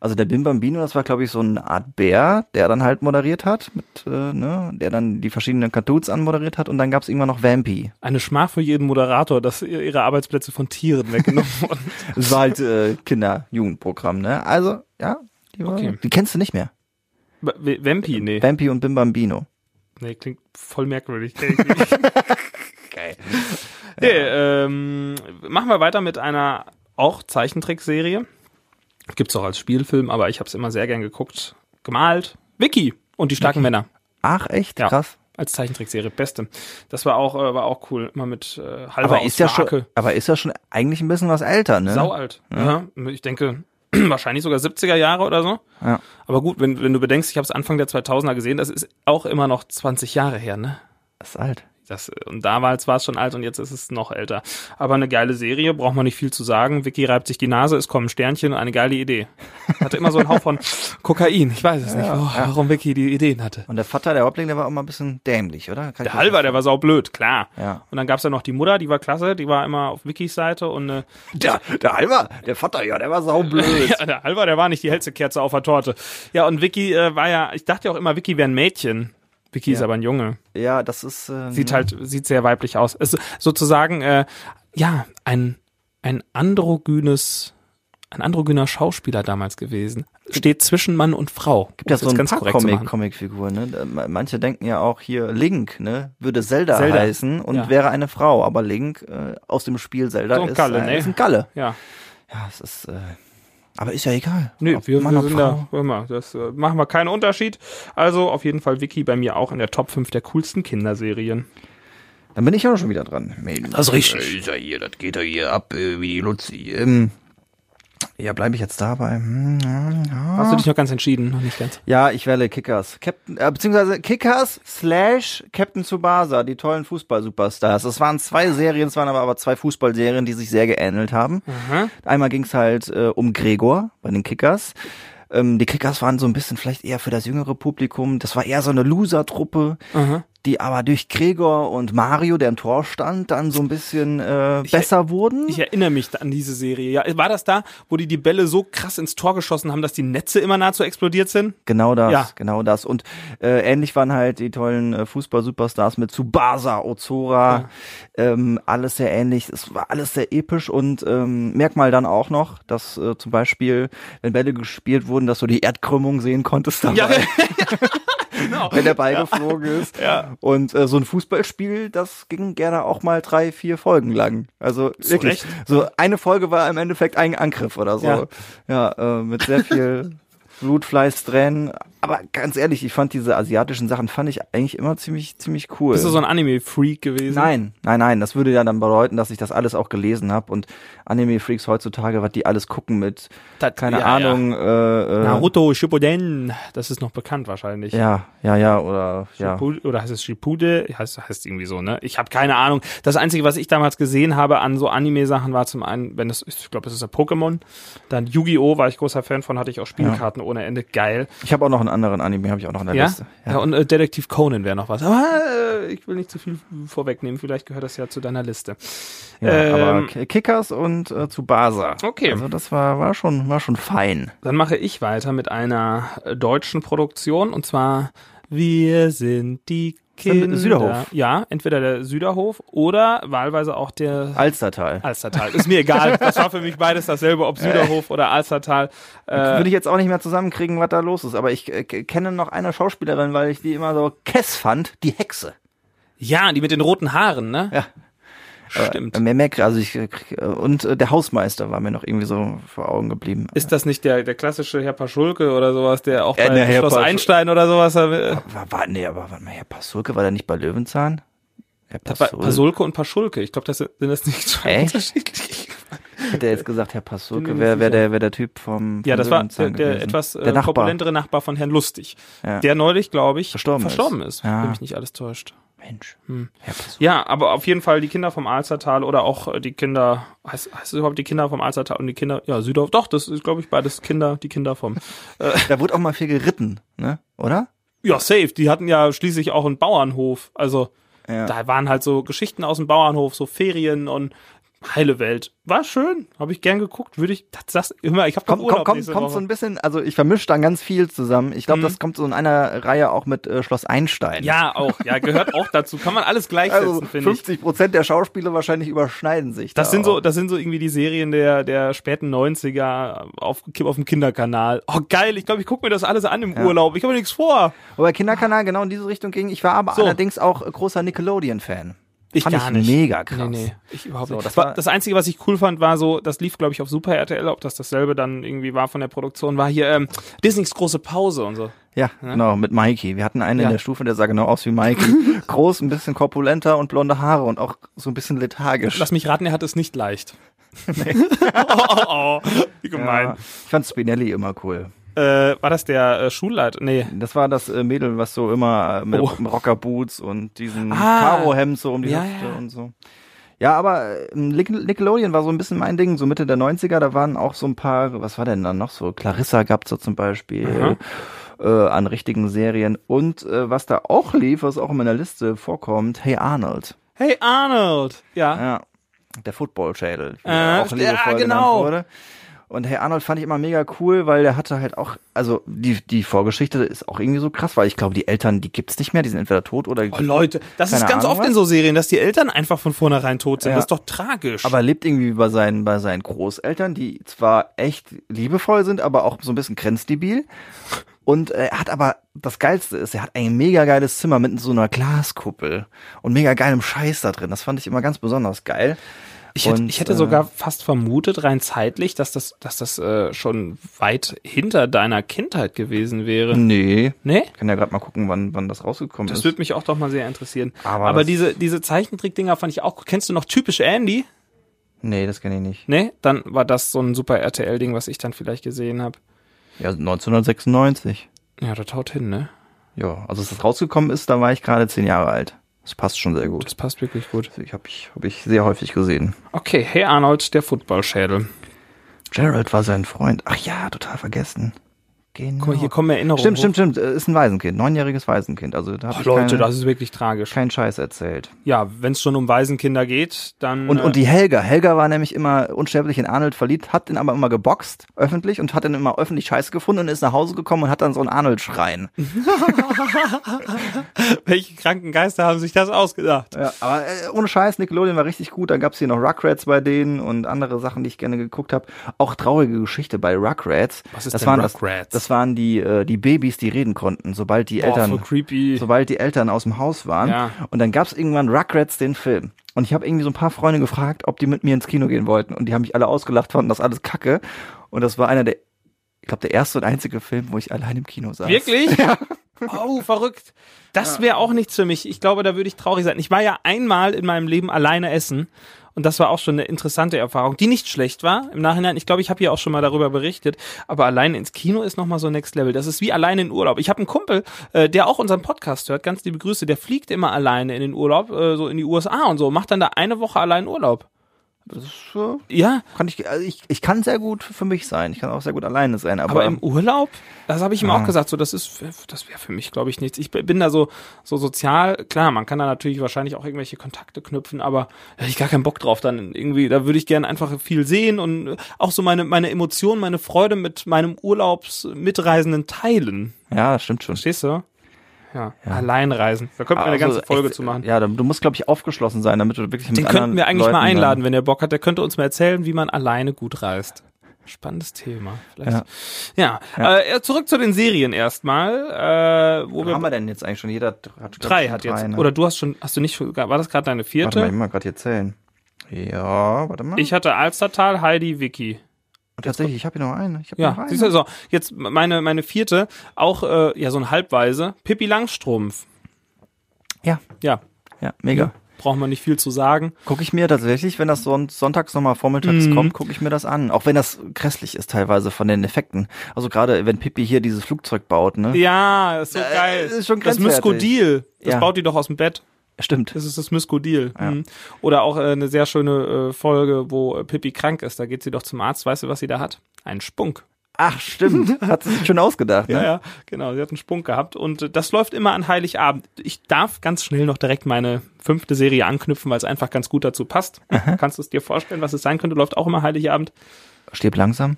Speaker 4: Also der Bim Bambino, das war glaube ich so eine Art Bär, der dann halt moderiert hat, mit, äh, ne, der dann die verschiedenen Cartoons anmoderiert hat und dann gab's irgendwann noch Vampy.
Speaker 3: Eine Schmach für jeden Moderator, dass ihr- ihre Arbeitsplätze von Tieren weggenommen wurden.
Speaker 4: Das war halt äh, Kinder-Jugendprogramm, ne? Also, ja, die, war,
Speaker 3: Okay.
Speaker 4: die kennst du nicht mehr.
Speaker 3: B- W- Vampi, nee.
Speaker 4: Vampy und Bim Bambino.
Speaker 3: Nee, klingt voll merkwürdig. Geil. Nee, ähm, machen wir weiter mit einer auch Zeichentrickserie. Gibt's auch als Spielfilm, aber ich habe es immer sehr gern geguckt. Gemalt. Vicky und die starken Männer
Speaker 4: Ach, echt?
Speaker 3: Ja.
Speaker 4: Krass.
Speaker 3: als Zeichentrickserie beste. Das war auch äh, war auch cool, immer mit äh, halber
Speaker 4: Aber ist, ja schon,
Speaker 3: Marke.
Speaker 4: aber ist ja schon eigentlich ein bisschen was älter, ne?
Speaker 3: Saualt. Ja. ich denke wahrscheinlich sogar 70er Jahre oder so.
Speaker 4: Ja.
Speaker 3: Aber gut, wenn, wenn du bedenkst, ich habe es Anfang der 2000er gesehen, das ist auch immer noch 20 Jahre her, ne?
Speaker 4: Ist alt.
Speaker 3: Das, und damals war es schon alt und jetzt ist es noch älter. Aber eine geile Serie, braucht man nicht viel zu sagen. Vicky reibt sich die Nase, es kommen Sternchen, eine geile Idee. Hatte immer so einen Hauch von Kokain, ich weiß es nicht, oh, warum Vicky die Ideen hatte.
Speaker 4: Und der Vater, der Häuptling, der war auch mal ein bisschen dämlich, oder? Kann
Speaker 3: Der
Speaker 4: ich mir
Speaker 3: Halber, der war saublöd, klar.
Speaker 4: Ja.
Speaker 3: Und dann gab's ja noch die Mutter, die war klasse, die war immer auf Vickys Seite und äh,
Speaker 4: vorstellen. Der, der Halber, der Vater, ja, der war saublöd.
Speaker 3: ja, der Halber, der war nicht die hellste Kerze auf der Torte. Ja, und Vicky äh, war ja, ich dachte ja auch immer, Vicky wäre ein Mädchen. Vicky ist aber ein Junge.
Speaker 4: ja, das ist. Ähm,
Speaker 3: sieht halt sieht sehr weiblich aus. Es, ist sozusagen äh, ja ein ein androgynes ein androgyner Schauspieler damals gewesen. Steht zwischen Mann und Frau.
Speaker 4: gibt
Speaker 3: um
Speaker 4: ja
Speaker 3: es
Speaker 4: so
Speaker 3: jetzt
Speaker 4: ein paar
Speaker 3: korrekt zu
Speaker 4: Comic,
Speaker 3: machen.
Speaker 4: Comicfiguren, ne? Da- ma- Manche denken ja auch hier, Link, ne? Würde Zelda,
Speaker 3: Zelda.
Speaker 4: heißen und
Speaker 3: Ja.
Speaker 4: wäre eine Frau, aber Link äh, aus dem Spiel Zelda
Speaker 3: So ein
Speaker 4: ist,
Speaker 3: Galle,
Speaker 4: äh,
Speaker 3: ne?
Speaker 4: ist ein Galle.
Speaker 3: Ja,
Speaker 4: Ja, es ist. Äh, aber ist ja egal.
Speaker 3: nö,
Speaker 4: Ob
Speaker 3: wir,
Speaker 4: Mann
Speaker 3: wir
Speaker 4: oder
Speaker 3: sind
Speaker 4: Frau.
Speaker 3: da immer. Das äh, machen wir keinen Unterschied. Also auf jeden Fall Vicky bei mir auch in der Top 5 der coolsten Kinderserien.
Speaker 4: Dann bin ich ja auch schon wieder dran. Mädels.
Speaker 5: Das ist richtig.
Speaker 4: Äh, Ist ja hier, das geht ja hier ab äh, wie die Luzi. Ähm, ja, bleibe ich jetzt dabei. Hm, ja, ja.
Speaker 3: Hast du dich noch ganz entschieden? Noch nicht ganz.
Speaker 4: ja, ich wähle Kickers. Captain, äh, beziehungsweise Kickers slash Captain Tsubasa, die tollen Fußball-Superstars. Das waren zwei Serien, es waren aber, aber zwei Fußballserien, die sich sehr geähnelt haben.
Speaker 3: Mhm.
Speaker 4: Einmal ging's halt äh, um Gregor bei den Kickers. Ähm, die Kickers waren so ein bisschen vielleicht eher für das jüngere Publikum. Das war eher so eine Loser-Truppe,
Speaker 3: Mhm.
Speaker 4: die aber durch Gregor und Mario, der im Tor stand, dann so ein bisschen äh, besser wurden.
Speaker 3: Ich erinnere mich da an diese Serie. Ja, war das da, wo die die Bälle so krass ins Tor geschossen haben, dass die Netze immer nahezu explodiert sind?
Speaker 4: Genau das,
Speaker 3: Ja.
Speaker 4: genau das. Und äh, ähnlich waren halt die tollen äh, Fußball-Superstars mit Tsubasa, Ozora, ähm, alles sehr ähnlich. Es war alles sehr episch und ähm, Merkmal dann auch noch, dass äh, zum Beispiel, wenn Bälle gespielt wurden, dass du die Erdkrümmung sehen konntest dabei.
Speaker 3: Ja, genau.
Speaker 4: wenn der Ball geflogen ist.
Speaker 3: Ja.
Speaker 4: Und äh, so ein Fußballspiel, das ging gerne auch mal drei, vier Folgen lang. Also wirklich.
Speaker 3: Recht.
Speaker 4: So eine Folge war im Endeffekt ein Angriff oder so.
Speaker 3: Ja.
Speaker 4: Ja, äh, mit sehr viel Blut, Fleiß, Tränen. Aber ganz ehrlich, ich fand diese asiatischen Sachen fand ich eigentlich immer ziemlich, ziemlich cool.
Speaker 3: Bist du so ein Anime-Freak gewesen?
Speaker 4: Nein, nein, nein. Das würde ja dann bedeuten, dass ich das alles auch gelesen habe und Anime-Freaks heutzutage, was die alles gucken mit,
Speaker 3: Das-
Speaker 4: keine
Speaker 3: ja, ja.
Speaker 4: Ahnung, äh, äh,
Speaker 3: Naruto Shippuden, das ist noch bekannt wahrscheinlich.
Speaker 4: Ja, ja, ja, oder ja.
Speaker 3: Shippu- Oder heißt es Shipude? Heißt, heißt irgendwie so, ne? Ich habe keine Ahnung. Das Einzige, was ich damals gesehen habe an so Anime-Sachen, war zum einen, wenn das, ich glaube, es ist ein Pokémon. Dann Yu-Gi-Oh! war ich großer Fan von, hatte ich auch Spielkarten ohne Ende. Geil.
Speaker 4: Ich habe auch noch einen anderen Anime, habe ich auch noch in der
Speaker 3: Ja?
Speaker 4: Liste.
Speaker 3: ja, und äh, Detektiv Conan wäre noch was. Aber äh, ich will nicht zu viel vorwegnehmen. Vielleicht gehört das ja zu deiner Liste.
Speaker 4: Ja,
Speaker 3: Ähm,
Speaker 4: aber K- Kickers und äh, Tsubasa.
Speaker 3: Okay.
Speaker 4: Also das war, war schon, war schon fein.
Speaker 3: Dann mache ich weiter mit einer äh, deutschen Produktion und zwar Wir sind die
Speaker 4: Dann
Speaker 3: Kinder.
Speaker 4: Süderhof.
Speaker 3: Ja, entweder der Süderhof oder wahlweise auch der
Speaker 4: Alstertal.
Speaker 3: Alstertal. Ist mir egal. Das war für mich beides dasselbe, ob Süderhof oder Alstertal. Äh,
Speaker 4: Würde ich jetzt auch nicht mehr zusammenkriegen, was da los ist. Aber ich äh, k- kenne noch eine Schauspielerin, weil ich die immer so Kess fand, die Hexe.
Speaker 3: ja, die mit den roten Haaren, ne?
Speaker 4: Ja.
Speaker 3: Stimmt.
Speaker 4: Äh, Mehr, mehr, also ich, äh, krieg- äh, und äh, der Hausmeister war mir noch irgendwie so vor Augen geblieben.
Speaker 3: ist das nicht der, der klassische Herr Paschulke oder sowas, der auch
Speaker 4: Äh,
Speaker 3: bei
Speaker 4: der Herr
Speaker 3: Schloss
Speaker 4: Paschul-
Speaker 3: Einstein oder sowas? Äh,
Speaker 4: war, war, nee, aber warte mal, Herr Pasulke, war der nicht bei Löwenzahn? Herr Pasulke.
Speaker 3: Pasulke und Paschulke. Ich glaube, das sind sind das nicht zwei
Speaker 4: Echt?
Speaker 3: unterschiedliche.
Speaker 4: Hätte er jetzt gesagt, Herr Pasulke,
Speaker 3: nicht
Speaker 4: wäre wär
Speaker 3: sicher.
Speaker 4: der, wär der Typ vom, vom
Speaker 3: Ja, das war der,
Speaker 4: Löwenzahn
Speaker 3: der
Speaker 4: gewesen.
Speaker 3: etwas äh,
Speaker 4: der Nachbar.
Speaker 3: korpulentere Nachbar von Herrn Lustig,
Speaker 4: Ja.
Speaker 3: der neulich, glaube ich,
Speaker 4: Verstorben ist.
Speaker 3: verstorben ist,
Speaker 4: Ja.
Speaker 3: wenn mich nicht alles täuscht.
Speaker 4: Mensch.
Speaker 3: Hm.
Speaker 4: Herr Pasulke.
Speaker 3: Ja, aber auf jeden Fall die Kinder vom Alstertal oder auch äh, die Kinder, heißt, heißt es überhaupt die Kinder vom Alstertal und die Kinder, ja, Südorf, doch, das ist, glaube ich, beides Kinder, die Kinder vom.
Speaker 4: Da wurde auch mal viel geritten, ne? Oder?
Speaker 3: Ja, safe, die hatten ja schließlich auch einen Bauernhof, also
Speaker 4: Ja.
Speaker 3: da waren halt so Geschichten aus dem Bauernhof, so Ferien und heile Welt. War schön, habe ich gern geguckt, würde ich, das, das immer, ich habe
Speaker 4: Komm, komm,
Speaker 3: Urlaub
Speaker 4: komm,
Speaker 3: nächste
Speaker 4: kommt
Speaker 3: Woche. Mhm.
Speaker 4: so ein bisschen, also ich vermische dann ganz viel zusammen. Ich glaube, das kommt so in einer Reihe auch mit äh, Schloss Einstein.
Speaker 3: Ja, auch, ja, gehört auch dazu, kann man alles gleichsetzen,
Speaker 4: also
Speaker 3: finde ich.
Speaker 4: 50 Prozent der Schauspieler wahrscheinlich überschneiden sich.
Speaker 3: Das
Speaker 4: da
Speaker 3: sind
Speaker 4: auch.
Speaker 3: so, das sind so irgendwie die Serien der, der späten 90er auf, auf dem Kinderkanal. Oh, geil, ich glaube, ich gucke mir das alles an im Urlaub. Ich habe nichts vor.
Speaker 4: Wobei Kinderkanal genau in diese Richtung ging. Ich war aber
Speaker 3: So.
Speaker 4: allerdings auch großer Nickelodeon-Fan.
Speaker 3: Ich
Speaker 4: Fand
Speaker 3: gar
Speaker 4: ich
Speaker 3: nicht.
Speaker 4: mega krass.
Speaker 3: Nee, nee, ich überhaupt
Speaker 4: So,
Speaker 3: nicht. Das,
Speaker 4: das
Speaker 3: war,
Speaker 4: war-
Speaker 3: das Einzige, was ich cool fand, war so, das lief, glaube ich, auf Super RTL, ob das dasselbe dann irgendwie war von der Produktion, war hier ähm, Disneys große Pause und so.
Speaker 4: Ja, genau, mit Mikey. Wir hatten einen
Speaker 3: Ja.
Speaker 4: in der Stufe, der sah genau aus wie Mikey. Groß, ein bisschen korpulenter und blonde Haare und auch so ein bisschen lethargisch.
Speaker 3: Lass mich raten, er hat es nicht leicht. oh, oh, oh, wie
Speaker 4: ja.
Speaker 3: gemein.
Speaker 4: Ich fand Spinelli immer cool.
Speaker 3: Äh, war das der äh, Schulleiter? Nee.
Speaker 4: Das war das äh, Mädel, was so immer äh, mit
Speaker 3: Oh.
Speaker 4: Rockerboots und diesen
Speaker 3: Ah.
Speaker 4: Karo-Hemd so um die
Speaker 3: Ja,
Speaker 4: Hüfte
Speaker 3: ja.
Speaker 4: und so. Ja, aber äh, Nic- Nickelodeon war so ein bisschen mein Ding, so Mitte der 90er, da waren auch so ein paar, was war denn da noch so? Clarissa gab's da zum Beispiel äh, an richtigen Serien. Und äh, was da auch lief, was auch in meiner Liste vorkommt, Hey Arnold.
Speaker 3: Hey Arnold. Ja.
Speaker 4: Ja. Der Football-Schädel. wie
Speaker 3: Äh,
Speaker 4: er auch
Speaker 3: ja,
Speaker 4: liebevoll genannt
Speaker 3: genau.
Speaker 4: Wurde. Und Herr Arnold fand ich immer mega cool, weil der hatte halt auch, also die, die Vorgeschichte ist auch irgendwie so krass, weil ich glaube, die Eltern, die gibt's nicht mehr, die sind entweder tot oder.
Speaker 3: Oh, Leute, das
Speaker 4: Keine
Speaker 3: ist ganz
Speaker 4: Ahnung,
Speaker 3: oft in
Speaker 4: was?
Speaker 3: so Serien, dass die Eltern einfach von vornherein tot sind.
Speaker 4: Ja.
Speaker 3: Das ist doch tragisch.
Speaker 4: Aber er lebt irgendwie bei seinen, bei seinen Großeltern, die zwar echt liebevoll sind, aber auch so ein bisschen grenzdebil. Und er hat aber, das Geilste ist, er hat ein mega geiles Zimmer mit so einer Glaskuppel und mega geilem Scheiß da drin. Das fand ich immer ganz besonders geil.
Speaker 3: ich hätte,
Speaker 4: und,
Speaker 3: ich hätte
Speaker 4: äh,
Speaker 3: sogar fast vermutet, rein zeitlich, dass das, dass das äh, schon weit hinter deiner Kindheit gewesen wäre.
Speaker 4: Nee.
Speaker 3: Nee?
Speaker 4: Ich kann ja gerade mal gucken, wann, wann Hm. das rausgekommen
Speaker 3: Das
Speaker 4: ist.
Speaker 3: würde mich auch doch mal sehr interessieren.
Speaker 4: Aber
Speaker 3: Aber
Speaker 4: das-
Speaker 3: diese, diese Zeichentrickdinger fand ich auch. cool. Kennst du noch typisch Andy?
Speaker 4: Nee, das kenne ich nicht.
Speaker 3: Nee? Dann war das so ein super RTL-Ding, was ich dann vielleicht gesehen habe.
Speaker 4: Ja, 1996.
Speaker 3: Ja, das haut hin, ne?
Speaker 4: Ja, also als das rausgekommen ist, da war ich gerade zehn Jahre alt. Das passt schon sehr gut.
Speaker 3: Das passt wirklich gut.
Speaker 4: Ich habe ich, hab ich sehr häufig gesehen.
Speaker 3: Okay, hey Arnold, der Footballschädel.
Speaker 4: Gerald war sein Freund. Ach ja, total vergessen. Genau.
Speaker 3: Guck mal, hier kommen Erinnerungen.
Speaker 4: stimmt,
Speaker 3: hoch.
Speaker 4: stimmt, stimmt. Äh, Ist ein Waisenkind, neunjähriges Waisenkind. Also da habe
Speaker 3: Ach,
Speaker 4: ich
Speaker 3: Leute,
Speaker 4: keine,
Speaker 3: das ist wirklich tragisch.
Speaker 4: keinen Scheiß erzählt.
Speaker 3: Ja, wenn es schon um Waisenkinder geht, dann.
Speaker 4: Und,
Speaker 3: äh,
Speaker 4: und die Helga. Helga war nämlich immer unsterblich in Arnold verliebt, hat ihn aber immer geboxt, öffentlich, und hat ihn immer öffentlich Scheiße gefunden und ist nach Hause gekommen und hat dann so einen Arnold-Schrein.
Speaker 3: Welche kranken Geister haben sich das ausgedacht?
Speaker 4: Ja, aber äh, ohne Scheiß, Nickelodeon war richtig gut. Dann gab's hier noch Rugrats bei denen und andere Sachen, die ich gerne geguckt habe. Auch traurige Geschichte bei Rugrats.
Speaker 3: Was ist
Speaker 4: das
Speaker 3: denn
Speaker 4: waren
Speaker 3: Rugrats?
Speaker 4: Das, das waren die, äh, die Babys, die reden konnten, sobald die
Speaker 3: Boah,
Speaker 4: Eltern
Speaker 3: voll creepy.
Speaker 4: sobald die Eltern aus dem Haus waren.
Speaker 3: Ja.
Speaker 4: Und dann gab's irgendwann Rugrats den Film. Und ich habe irgendwie so ein paar Freunde gefragt, ob die mit mir ins Kino gehen wollten. Und die haben mich alle ausgelacht, fanden das alles kacke. Und das war einer der ich glaube, der erste und einzige Film, wo ich allein im Kino saß.
Speaker 3: Wirklich? Oh, verrückt. Das wäre auch nichts für mich. Ich glaube, da würde ich traurig sein. Ich war ja einmal in meinem Leben alleine essen. Und das war auch schon eine interessante Erfahrung, die nicht schlecht war. Im Nachhinein, ich glaube, ich habe hier auch schon mal darüber berichtet. Aber alleine ins Kino ist nochmal so Next Level. Das ist wie alleine in Urlaub. Ich habe einen Kumpel, äh, der auch unseren Podcast hört, ganz liebe Grüße, der fliegt immer alleine in den Urlaub, äh, so in die USA und so, macht dann da eine Woche allein Urlaub.
Speaker 4: Das ist, äh,
Speaker 3: Ja,
Speaker 4: kann ich, also ich, ich kann sehr gut für mich sein. Ich kann auch sehr gut alleine sein. Aber,
Speaker 3: Aber im Urlaub, das habe ich ihm auch gesagt, so das ist, das wäre für mich, glaube ich, nichts. Ich bin da so, so sozial, klar, man kann da natürlich wahrscheinlich auch irgendwelche Kontakte knüpfen, aber da hätte ich gar keinen Bock drauf. Dann irgendwie, da würde ich gerne einfach viel sehen und äh, auch so meine, meine Emotionen, meine Freude mit meinem Urlaubsmitreisenden teilen.
Speaker 4: ja, stimmt schon.
Speaker 3: Verstehst du? Ja. Alleinreisen. Da könnten wir eine
Speaker 4: Also
Speaker 3: ganze Folge
Speaker 4: echt,
Speaker 3: zu machen.
Speaker 4: Ja, du musst, glaube ich, aufgeschlossen sein, damit du wirklich mit
Speaker 3: Den
Speaker 4: anderen
Speaker 3: könnten wir eigentlich
Speaker 4: Leuten
Speaker 3: mal
Speaker 4: dann-
Speaker 3: einladen, wenn der Bock hat. Der könnte uns mal erzählen, wie man alleine gut reist. Spannendes Thema. Vielleicht. Ja. Äh, zurück zu den Serien erstmal. Äh, wo
Speaker 4: Wo haben
Speaker 3: wir
Speaker 4: wir denn jetzt eigentlich schon? Jeder hat glaub ich,
Speaker 3: drei
Speaker 4: schon
Speaker 3: hat jetzt.
Speaker 4: ne?
Speaker 3: Oder du hast schon, hast du nicht, war das gerade deine
Speaker 4: Warte mal,
Speaker 3: vierte?
Speaker 4: ich muss mal gerade hier zählen. Ja, warte mal. Oh,
Speaker 3: Ich hatte Alstertal, Heidi, Vicky.
Speaker 4: Tatsächlich, ich habe hier noch einen. Ich hab noch
Speaker 3: Ja,
Speaker 4: einen.
Speaker 3: siehst du, so, jetzt meine, meine vierte, auch äh, ja so ein Halbweise, Pippi Langstrumpf.
Speaker 4: Ja,
Speaker 3: Ja,
Speaker 4: ja, mega.
Speaker 3: braucht man nicht viel zu sagen.
Speaker 4: Gucke ich mir tatsächlich, wenn das son sonntags nochmal vormittags
Speaker 3: Mhm.
Speaker 4: kommt, gucke ich mir das an. Auch wenn das grässlich ist teilweise von den Effekten. Also gerade wenn Pippi hier dieses Flugzeug baut, ne?
Speaker 3: Ja, ist so
Speaker 4: Äh,
Speaker 3: geil.
Speaker 4: ist schon
Speaker 3: das
Speaker 4: grenzwertig.
Speaker 3: Myskodil, das
Speaker 4: Ja.
Speaker 3: baut die doch aus dem Bett.
Speaker 4: Stimmt.
Speaker 3: Das ist das Myskodil. Mhm. Oder auch äh, eine sehr schöne äh, Folge, wo äh, Pippi krank ist. Da geht sie doch zum Arzt. Weißt du, was sie da hat? Einen Spunk.
Speaker 4: Ach, stimmt. Hat sie sich schon ausgedacht, ne?
Speaker 3: Ja, ja, genau. Sie hat einen Spunk gehabt. Und äh, das läuft immer an Heiligabend. Ich darf ganz schnell noch direkt meine fünfte Serie anknüpfen, weil es einfach ganz gut dazu passt. Kannst du es dir vorstellen, was es sein könnte? Läuft auch immer Heiligabend.
Speaker 4: Stirb langsam.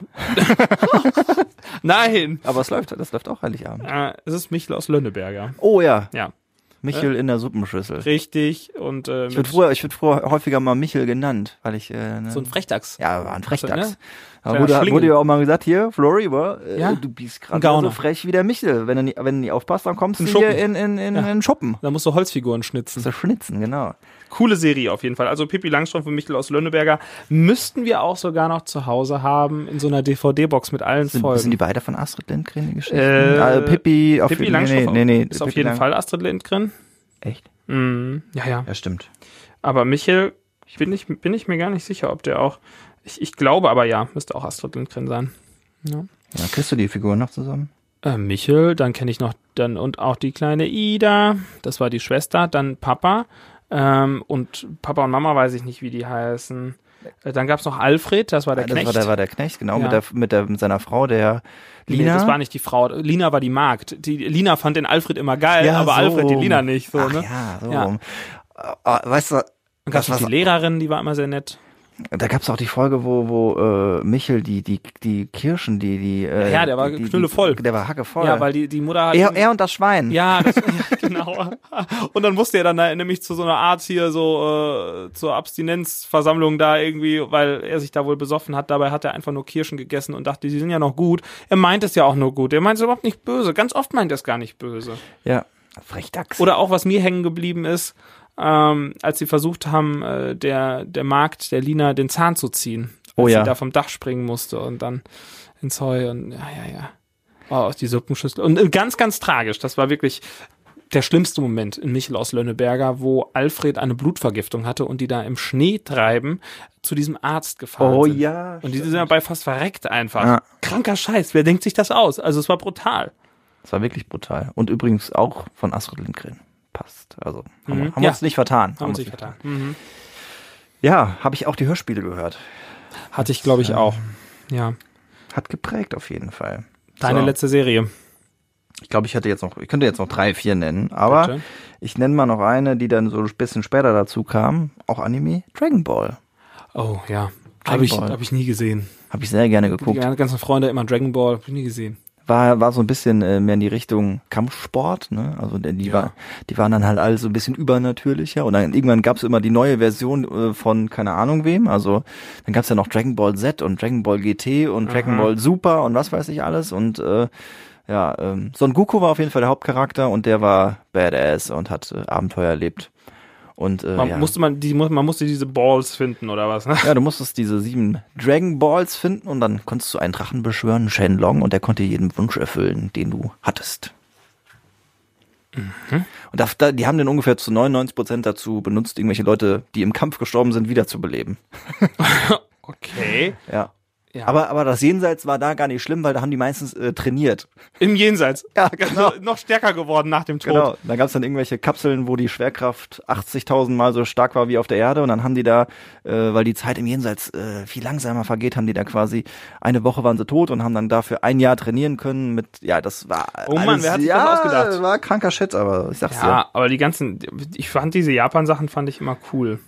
Speaker 3: Nein!
Speaker 4: Aber es läuft, das läuft auch Heiligabend.
Speaker 3: Äh, es ist Michel aus Lönneberger.
Speaker 4: Oh ja,
Speaker 3: Ja,
Speaker 4: Michel in der Suppenschüssel.
Speaker 3: richtig. Und äh,
Speaker 4: Ich wird früher, ich wird früher häufiger mal Michel genannt, weil ich äh, ne?
Speaker 3: so ein Frechdachs.
Speaker 4: ja, war ein Frechdachs.
Speaker 3: ne?
Speaker 4: Da
Speaker 3: Kleiner
Speaker 4: wurde,
Speaker 3: Schlingel.
Speaker 4: wurde ja auch mal gesagt, hier, Flori, wa, äh,
Speaker 3: Ja.
Speaker 4: du bist
Speaker 3: Ein
Speaker 4: gerade
Speaker 3: Gauner.
Speaker 4: so frech wie der Michel. Wenn du nicht, wenn du nicht aufpasst, dann kommst du
Speaker 3: Ein
Speaker 4: hier in,
Speaker 3: Schuppen.
Speaker 4: in, in,
Speaker 3: Ja. Mhm.
Speaker 4: in Schuppen.
Speaker 3: Da musst du Holzfiguren schnitzen.
Speaker 4: Zu schnitzen, genau.
Speaker 3: Coole Serie auf jeden Fall. Also Pippi Langstrumpf und Michel aus Lönneberger müssten wir auch sogar noch zu Hause haben in so einer DVD-Box mit allen
Speaker 4: Sind,
Speaker 3: Folgen.
Speaker 4: sind die beide von Astrid Lindgren die Geschichten?
Speaker 3: Äh,
Speaker 4: ah, Pippi auf
Speaker 3: Pippi
Speaker 4: nee,
Speaker 3: Langstrumpf
Speaker 4: nee, nee, nee,
Speaker 3: ist auf
Speaker 4: Pippi
Speaker 3: jeden
Speaker 4: Lang-
Speaker 3: Fall Astrid Lindgren.
Speaker 4: Echt?
Speaker 3: Mm, ja, ja.
Speaker 4: Ja, stimmt.
Speaker 3: Aber Michel, ich bin, nicht, bin ich mir gar nicht sicher, ob der auch. Ich, ich glaube aber ja, müsste auch Astrid Lindgren sein.
Speaker 4: Ja, kriegst du die Figuren noch zusammen?
Speaker 3: Äh, Michel, dann kenne ich noch dann und auch die kleine Ida. Das war die Schwester, dann Papa. Ähm, und Papa und Mama weiß ich nicht, wie die heißen. Äh, dann gab es noch Alfred, das war der
Speaker 4: Ah, das
Speaker 3: Knecht.
Speaker 4: war der, war der Knecht, genau,
Speaker 3: Ja.
Speaker 4: mit, der, mit, der, mit seiner Frau, der Lina.
Speaker 3: Nee, das war nicht die Frau. Lina war die Magd. Die Lina fand den Alfred immer geil,
Speaker 4: Ja,
Speaker 3: aber
Speaker 4: so
Speaker 3: Alfred die
Speaker 4: rum.
Speaker 3: Lina nicht. So,
Speaker 4: Ach
Speaker 3: ne?
Speaker 4: ja, so
Speaker 3: Ja.
Speaker 4: rum. Ah, weißt du,
Speaker 3: Dann gab's noch
Speaker 4: das
Speaker 3: die Lehrerin, die war immer sehr nett.
Speaker 4: da gab's auch die Folge, wo, wo äh, Michel die, die, die Kirschen, die, die. Äh,
Speaker 3: Ja, der war
Speaker 4: die, die,
Speaker 3: knüllevoll.
Speaker 4: Die, der war hackevoll.
Speaker 3: Ja, weil die, die Mutter hat.
Speaker 4: er, er und das Schwein.
Speaker 3: ja, das, ja, genau. Und dann musste er dann da nämlich zu so einer Art hier so äh, zur Abstinenzversammlung da irgendwie, weil er sich da wohl besoffen hat. Dabei hat er einfach nur Kirschen gegessen und dachte, die sind ja noch gut. Er meint es ja auch nur gut. Er meint es überhaupt nicht böse. Ganz oft meint er es gar nicht böse.
Speaker 4: ja. Frechdachs.
Speaker 3: Oder auch, was mir hängen geblieben ist, ähm, als sie versucht haben, äh, der, der Markt, der Lina, den Zahn zu ziehen.
Speaker 4: Oh
Speaker 3: als
Speaker 4: ja.
Speaker 3: sie da vom Dach springen musste und dann ins Heu und ja, ja, ja. Oh, aus die Suppenschüssel. Und äh, ganz, ganz tragisch. Das war wirklich der schlimmste Moment in Michel aus Lönneberger, wo Alfred eine Blutvergiftung hatte und die da im Schnee treiben zu diesem Arzt gefahren
Speaker 4: Oh
Speaker 3: sind.
Speaker 4: ja.
Speaker 3: Und die sind dabei fast verreckt einfach.
Speaker 4: Ja.
Speaker 3: Kranker Scheiß. Wer denkt sich das aus? Also es war brutal.
Speaker 4: Das war wirklich brutal. Und übrigens auch von Astrid Lindgren. Passt. Also haben, wir-
Speaker 3: Mhm.
Speaker 4: haben wir
Speaker 3: Ja.
Speaker 4: uns nicht vertan.
Speaker 3: Haben
Speaker 4: wir
Speaker 3: sich
Speaker 4: nicht
Speaker 3: vertan.
Speaker 4: Ja, habe ich auch die Hörspiele gehört.
Speaker 3: Hatte ich, glaube ich, auch. Ja.
Speaker 4: Hat geprägt auf jeden Fall.
Speaker 3: Deine
Speaker 4: So.
Speaker 3: letzte Serie.
Speaker 4: Ich glaube, ich hätte jetzt noch, ich könnte jetzt noch drei, vier nennen, aber
Speaker 3: Bitte.
Speaker 4: ich nenne mal noch eine, die dann so ein bisschen später dazu kam. Auch Anime. Dragon Ball.
Speaker 3: Oh ja.
Speaker 4: Dragon
Speaker 3: Habe ich,
Speaker 4: Ball.
Speaker 3: hab ich nie gesehen.
Speaker 4: Habe ich sehr gerne
Speaker 3: Die
Speaker 4: geguckt.
Speaker 3: ganzen Freunde immer Dragon Ball, hab ich nie gesehen.
Speaker 4: war war so ein bisschen äh, mehr in die Richtung Kampfsport, ne? Also denn die war die waren dann halt alle so ein bisschen übernatürlicher und dann irgendwann gab's immer die neue Version äh, von keine Ahnung wem, also dann gab's ja noch Dragon Ball Z und Dragon Ball GT und Dragon Ball Super und was weiß ich alles und äh, ja, ähm, Son Goku war auf jeden Fall der Hauptcharakter und der war badass und hat äh, Abenteuer erlebt. Und äh,
Speaker 3: Man,
Speaker 4: ja.
Speaker 3: musste man, die, mu- man musste diese Balls finden oder was, ne?
Speaker 4: ja, du musstest diese sieben Dragon Balls finden und dann konntest du einen Drachen beschwören, Shenlong, und der konnte jeden Wunsch erfüllen, den du hattest. Und da- da, die haben den ungefähr zu 99 Prozent dazu benutzt, irgendwelche Leute, die im Kampf gestorben sind, wiederzubeleben.
Speaker 3: Okay.
Speaker 4: Ja.
Speaker 3: Ja.
Speaker 4: Aber, aber das Jenseits war da gar nicht schlimm, weil da haben die meistens äh, trainiert.
Speaker 3: Im Jenseits.
Speaker 4: Ja, genau.
Speaker 3: Also noch stärker geworden nach dem Tod.
Speaker 4: Genau, da gab es dann irgendwelche Kapseln, wo die Schwerkraft 80.000 Mal so stark war wie auf der Erde und dann haben die da, äh, weil die Zeit im Jenseits äh, viel langsamer vergeht, haben die da quasi eine Woche waren sie tot und haben dann dafür ein Jahr trainieren können mit, ja, das war
Speaker 3: Oh Mann, wer hat sich das
Speaker 4: ja,
Speaker 3: ausgedacht?
Speaker 4: war kranker Shit, aber ich sag's dir,
Speaker 3: Ja, aber die ganzen, ich fand diese Japan-Sachen fand ich immer cool.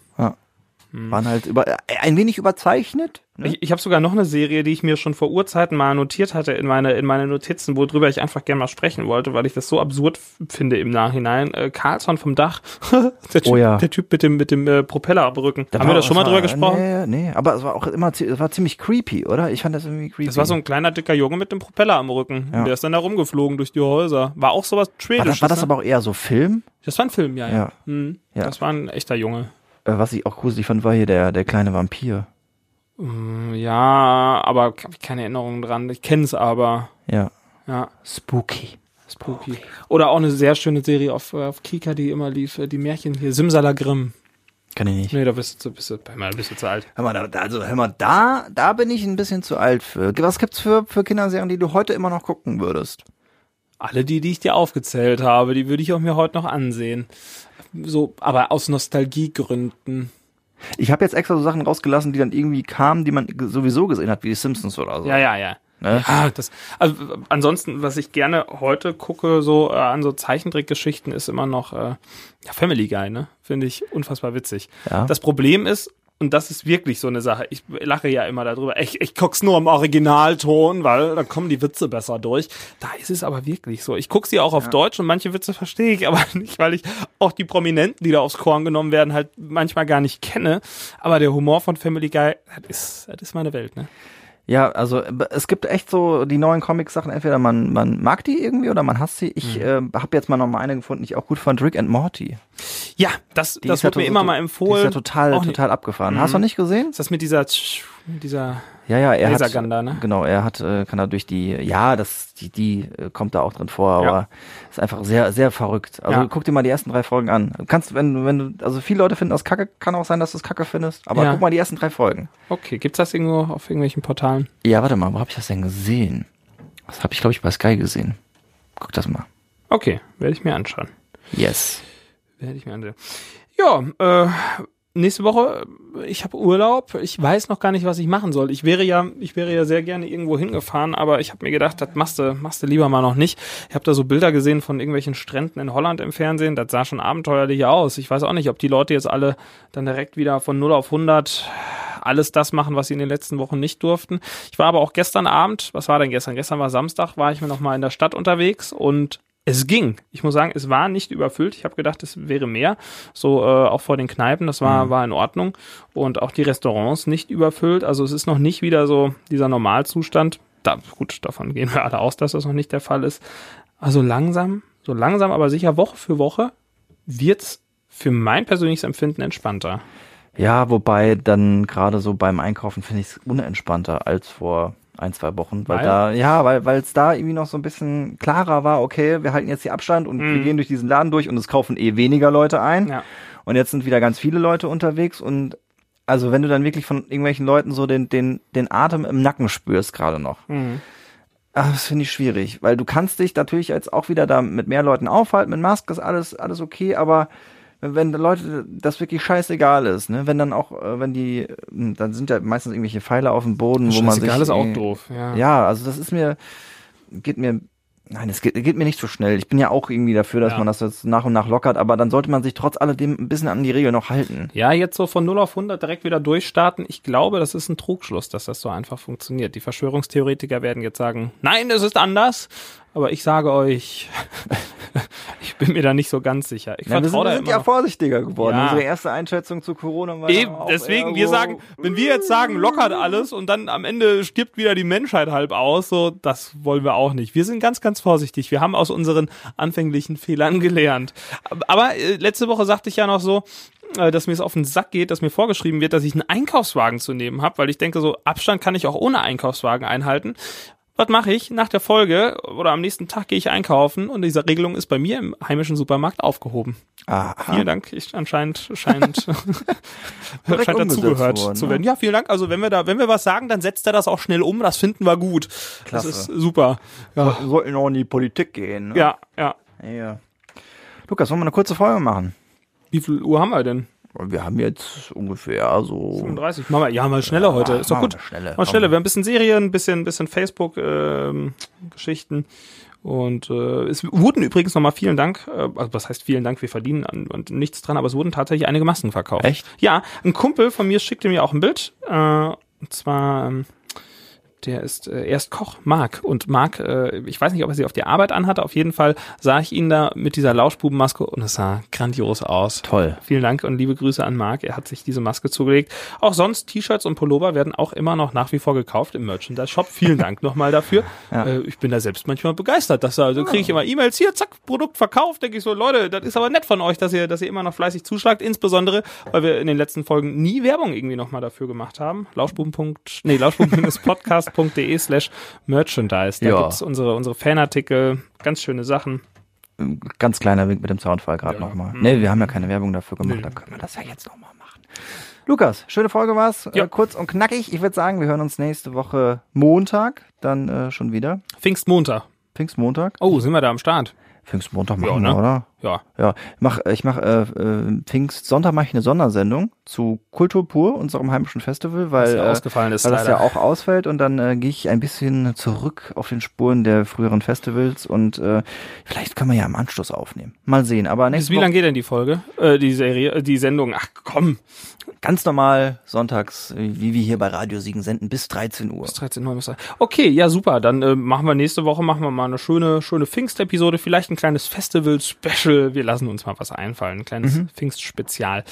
Speaker 4: waren halt über, äh, ein wenig überzeichnet. Ne?
Speaker 3: Ich, ich habe sogar noch eine Serie, die ich mir schon vor Urzeiten mal notiert hatte in meine, in meine Notizen, worüber ich einfach gerne mal sprechen wollte, weil ich das so absurd f- finde im Nachhinein. Äh, Carlson vom Dach, der, typ,
Speaker 4: Oh ja.
Speaker 3: der Typ mit dem, mit dem äh, Propellerbrücken.
Speaker 4: Da
Speaker 3: Haben wir
Speaker 4: war-
Speaker 3: da schon mal
Speaker 4: war- ne?
Speaker 3: drüber gesprochen?
Speaker 4: Nee, nee, aber es war auch immer, zie- es war ziemlich creepy, oder? Ich fand das irgendwie creepy.
Speaker 3: Das war so ein kleiner, dicker Junge mit dem Propeller am Rücken.
Speaker 4: Ja.
Speaker 3: Und der ist dann da rumgeflogen durch die Häuser. War auch sowas
Speaker 4: war
Speaker 3: Schwedisches.
Speaker 4: das, war das
Speaker 3: ne?
Speaker 4: aber auch eher so Film?
Speaker 3: das war ein Film, ja. ja.
Speaker 4: Ja.
Speaker 3: Mhm.
Speaker 4: Ja.
Speaker 3: Das war ein echter Junge.
Speaker 4: Äh, was ich auch gruselig fand, war hier der, der kleine Vampir.
Speaker 3: Mm, Ja, aber k- keine Erinnerungen dran. Ich kenn's aber.
Speaker 4: Ja.
Speaker 3: Ja,
Speaker 4: Spooky.
Speaker 3: spooky. Oder auch eine sehr schöne Serie auf, äh, auf Kika, die immer lief. äh, Die Märchen hier, Simsalagrim.
Speaker 4: Kann ich nicht.
Speaker 3: Nee, da bist du, bist du, bei mir bist du zu alt.
Speaker 4: Hör mal, da- da, also hör mal, da, da bin ich ein bisschen zu alt für. Was gibt's für, für Kinderserien, die du heute immer noch gucken würdest?
Speaker 3: Alle die, die ich dir aufgezählt habe, die würde ich auch mir heute noch ansehen. So, aber aus Nostalgiegründen.
Speaker 4: Ich habe jetzt extra so Sachen rausgelassen, die dann irgendwie kamen, die man g- sowieso gesehen hat, wie die Simpsons oder so.
Speaker 3: Ja, ja, ja.
Speaker 4: Ne?
Speaker 3: Ja, das, also, äh, ansonsten, was ich gerne heute gucke, so äh, an so Zeichentrickgeschichten, ist immer noch äh, ja, Family Guy, ne? Finde ich unfassbar witzig.
Speaker 4: Ja.
Speaker 3: Das Problem ist, und das ist wirklich so eine Sache, ich lache ja immer darüber, ich, ich guck's nur im Originalton, weil da kommen die Witze besser durch. Da ist es aber wirklich so. Ich guck sie auch auf Deutsch und manche Witze verstehe ich aber nicht, weil ich auch die Prominenten, die da aufs Korn genommen werden, halt manchmal gar nicht kenne. Aber der Humor von Family Guy, das ist, das ist meine Welt, ne?
Speaker 4: Ja, also b- es gibt echt so die neuen Comics-Sachen, entweder man, man mag die irgendwie oder man hasst sie. Ich
Speaker 3: Mhm.
Speaker 4: äh, habe jetzt mal noch mal eine gefunden, die ich auch gut fand, Rick and Morty.
Speaker 3: Ja, das,
Speaker 4: Die
Speaker 3: das
Speaker 4: ist ja
Speaker 3: wird mir
Speaker 4: to-
Speaker 3: immer
Speaker 4: to-
Speaker 3: mal empfohlen.
Speaker 4: Die ist ja total,
Speaker 3: Auch Mhm. nicht-
Speaker 4: total abgefahren. Hast du noch nicht gesehen?
Speaker 3: Ist das mit dieser, Tsch- mit dieser,
Speaker 4: Ja, ja, er hat,
Speaker 3: Lasergander, ne?
Speaker 4: genau, er hat, äh, kann da durch die, ja, das, die, die äh, kommt da auch drin vor, aber
Speaker 3: Ja.
Speaker 4: ist einfach sehr, sehr verrückt. Also
Speaker 3: Ja.
Speaker 4: guck dir mal die ersten drei Folgen an. Kannst, wenn, du- wenn du, also viele Leute finden das Kacke, kann auch sein, dass du es Kacke findest, aber
Speaker 3: Ja.
Speaker 4: guck mal die ersten drei Folgen.
Speaker 3: okay, gibt's das irgendwo auf irgendwelchen Portalen?
Speaker 4: Ja, warte mal, wo habe ich das denn gesehen? Das habe ich, glaube ich, bei Sky gesehen. Guck das mal.
Speaker 3: Okay, werde ich mir anschauen.
Speaker 4: Yes.
Speaker 3: Werde ich mir ansehen. Ja, äh, nächste Woche, äh, ich habe Urlaub. Ich weiß noch gar nicht, was ich machen soll. Ich wäre ja, ich wäre ja sehr gerne irgendwo hingefahren, aber ich habe mir gedacht, das machst du, machst du lieber mal noch nicht. Ich habe da so Bilder gesehen von irgendwelchen Stränden in Holland im Fernsehen. Das sah schon abenteuerlich aus. Ich weiß auch nicht, ob die Leute jetzt alle dann direkt wieder von 0 auf 100 alles das machen, was sie in den letzten Wochen nicht durften. Ich war aber auch gestern Abend, was war denn gestern? Gestern war Samstag, war ich mir nochmal in der Stadt unterwegs und es ging. Ich muss sagen, es war nicht überfüllt. Ich habe gedacht, es wäre mehr. So äh, auch vor den Kneipen, das war, war in Ordnung. Und auch die Restaurants nicht überfüllt. Also es ist noch nicht wieder so dieser Normalzustand. Da, gut, davon gehen wir alle aus, dass das noch nicht der Fall ist. Also langsam, so langsam, aber sicher Woche für Woche wird's für mein persönliches Empfinden entspannter.
Speaker 4: Ja, wobei dann gerade so beim Einkaufen finde ich es unentspannter als vor ein, zwei Wochen, weil,
Speaker 3: Weil?
Speaker 4: da, ja, weil weil es da irgendwie noch so ein bisschen klarer war, okay, wir halten jetzt hier Abstand und wir gehen durch diesen Laden durch und es kaufen eh weniger Leute ein.
Speaker 3: Ja.
Speaker 4: Und jetzt sind wieder ganz viele Leute unterwegs und also wenn du dann wirklich von irgendwelchen Leuten so den, den, den Atem im Nacken spürst gerade noch.
Speaker 3: Mhm.
Speaker 4: Ach, das finde ich schwierig, weil du kannst dich natürlich jetzt auch wieder da mit mehr Leuten aufhalten, mit Maske ist alles, alles okay, aber wenn Leute das wirklich scheißegal ist, ne, wenn dann auch, äh, wenn die, ähm, dann sind ja meistens irgendwelche Pfeile auf dem Boden, wo man sich.
Speaker 3: Scheißegal ist auch
Speaker 4: äh,
Speaker 3: doof. Ja.
Speaker 4: Ja, also das ist mir, geht mir, nein, es geht, geht mir nicht so schnell. Ich bin ja auch irgendwie dafür, dass
Speaker 3: Ja.
Speaker 4: man das jetzt nach und nach lockert, aber dann sollte man sich trotz alledem ein bisschen an die Regeln noch halten.
Speaker 3: Ja, jetzt so von 0 auf 100 direkt wieder durchstarten. Ich glaube, das ist ein Trugschluss, dass das so einfach funktioniert. Die Verschwörungstheoretiker werden jetzt sagen, nein, es ist anders. Aber ich sage euch, ich bin mir da nicht so ganz sicher. Ich
Speaker 4: Ja, wir sind,
Speaker 3: vertraue
Speaker 4: wir
Speaker 3: da
Speaker 4: sind
Speaker 3: immer
Speaker 4: ja
Speaker 3: noch.
Speaker 4: vorsichtiger geworden.
Speaker 3: Ja.
Speaker 4: Unsere erste Einschätzung zu Corona war
Speaker 3: Eben,
Speaker 4: ja auch
Speaker 3: deswegen,
Speaker 4: eher
Speaker 3: wir
Speaker 4: so-
Speaker 3: sagen, wenn wir jetzt sagen, lockert alles und dann am Ende stirbt wieder die Menschheit halb aus, so, das wollen wir auch nicht. Wir sind ganz, ganz vorsichtig. Wir haben aus unseren anfänglichen Fehlern gelernt. Aber äh, letzte Woche sagte ich ja noch so, äh, dass mir es auf den Sack geht, dass mir vorgeschrieben wird, dass ich einen Einkaufswagen zu nehmen habe, weil ich denke, so Abstand kann ich auch ohne Einkaufswagen einhalten. Was mache ich? Nach der Folge oder am nächsten Tag gehe ich einkaufen und diese Regelung ist bei mir im heimischen Supermarkt aufgehoben.
Speaker 4: Aha.
Speaker 3: Vielen Dank. Ich anscheinend scheint
Speaker 4: Direkt
Speaker 3: scheint dazugehört
Speaker 4: umgesetzt worden,
Speaker 3: zu
Speaker 4: ne?
Speaker 3: werden. Ja, vielen Dank. Also wenn wir da, wenn wir was sagen, dann setzt er das auch schnell um. Das finden wir gut.
Speaker 4: Klasse.
Speaker 3: Das ist super. Ja,
Speaker 4: Wir sollten auch in die Politik gehen. Ne?
Speaker 3: ja. ja.
Speaker 4: ja. Lukas, wollen wir eine kurze Folge machen?
Speaker 3: Wie viel Uhr haben wir denn?
Speaker 4: Wir haben jetzt ungefähr so.
Speaker 3: 35. Machen wir, ja, mal schneller heute. Ist doch
Speaker 4: machen
Speaker 3: gut.
Speaker 4: wir schneller,
Speaker 3: mal
Speaker 4: komm.
Speaker 3: schneller. Wir haben ein bisschen Serien, ein bisschen, bisschen Facebook-Geschichten. und äh, es wurden übrigens nochmal vielen Dank, äh, also was heißt vielen Dank, wir verdienen an, und nichts dran, aber es wurden tatsächlich einige Masken verkauft.
Speaker 4: Echt?
Speaker 3: Ja, ein Kumpel von mir schickte mir auch ein Bild. Äh, und zwar, ähm, der ist äh, erst Koch, Marc. Und Marc, äh, ich weiß nicht, ob er sie auf die Arbeit anhatte, auf jeden Fall sah ich ihn da mit dieser Lauschbubenmaske und es sah grandios aus.
Speaker 4: Toll.
Speaker 3: Vielen Dank und liebe Grüße an Marc. Er hat sich diese Maske zugelegt. Auch sonst T-Shirts und Pullover werden auch immer noch nach wie vor gekauft im Merchandise-Shop. Vielen Dank nochmal dafür. Äh, ich bin da selbst manchmal begeistert. Dass da, also kriege
Speaker 4: Ah.
Speaker 3: ich immer E-Mails, hier, zack, Produkt verkauft. Denke ich so, Leute, das ist aber nett von euch, dass ihr, dass ihr immer noch fleißig zuschlagt. Insbesondere, weil wir in den letzten Folgen nie Werbung irgendwie nochmal dafür gemacht haben. Lauschbuben. Punkt- Nee, lauschbuben-podcast.de slash Merchandise. Da
Speaker 4: Ja.
Speaker 3: gibt's unsere, unsere Fanartikel, ganz schöne Sachen.
Speaker 4: Ganz kleiner Wink mit dem Soundfall gerade nochmal.
Speaker 3: Hm.
Speaker 4: Ne, wir haben ja keine Werbung dafür gemacht, da können wir das ja jetzt nochmal machen. Lukas, schöne Folge war's.
Speaker 3: Ja.
Speaker 4: Äh, kurz und knackig. Ich würde sagen, wir hören uns nächste Woche Montag, dann äh, schon wieder.
Speaker 3: Pfingstmontag.
Speaker 4: Pfingstmontag.
Speaker 3: Oh, sind wir da am Start?
Speaker 4: Pfingstmontag
Speaker 3: Ja,
Speaker 4: machen
Speaker 3: ne?
Speaker 4: wir, oder?
Speaker 3: Ja.
Speaker 4: Ja, ich mach, ich mach äh, äh, Pfingstsonntag mache ich eine Sondersendung zu Kultur pur, unserem heimischen Festival, weil,
Speaker 3: Was ja
Speaker 4: äh,
Speaker 3: ausgefallen ist
Speaker 4: weil das
Speaker 3: leider.
Speaker 4: ja auch ausfällt und dann äh, gehe ich ein bisschen zurück auf den Spuren der früheren Festivals und äh, vielleicht können wir ja im Anschluss aufnehmen. Mal sehen, aber
Speaker 3: Bis
Speaker 4: nächste
Speaker 3: wie
Speaker 4: Woche
Speaker 3: lange geht denn die Folge? Äh, die Serie, äh, die Sendung. Ach komm.
Speaker 4: ganz normal sonntags, äh, wie wir hier bei Radio Siegen senden, bis 13 Uhr.
Speaker 3: 13 Uhr muss sein. Okay, ja super. Dann äh, machen wir nächste Woche machen wir mal eine schöne, schöne Pfingst-Episode, vielleicht ein kleines Festival-Special. Wir lassen uns mal was einfallen, ein kleines Pfingst-Spezial.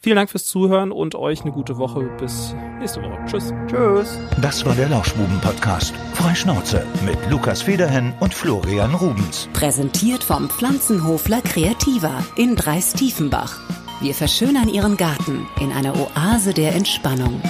Speaker 3: Vielen Dank fürs Zuhören und euch eine gute Woche. Bis nächste Woche. Tschüss.
Speaker 4: Tschüss.
Speaker 1: Das war der Lauschbuben-Podcast. Freischnauze mit Lukas Federhen und Florian Rubens.
Speaker 2: Präsentiert vom Pflanzenhofler Kreativa in Dreistiefenbach. Wir verschönern Ihren Garten in einer Oase der Entspannung.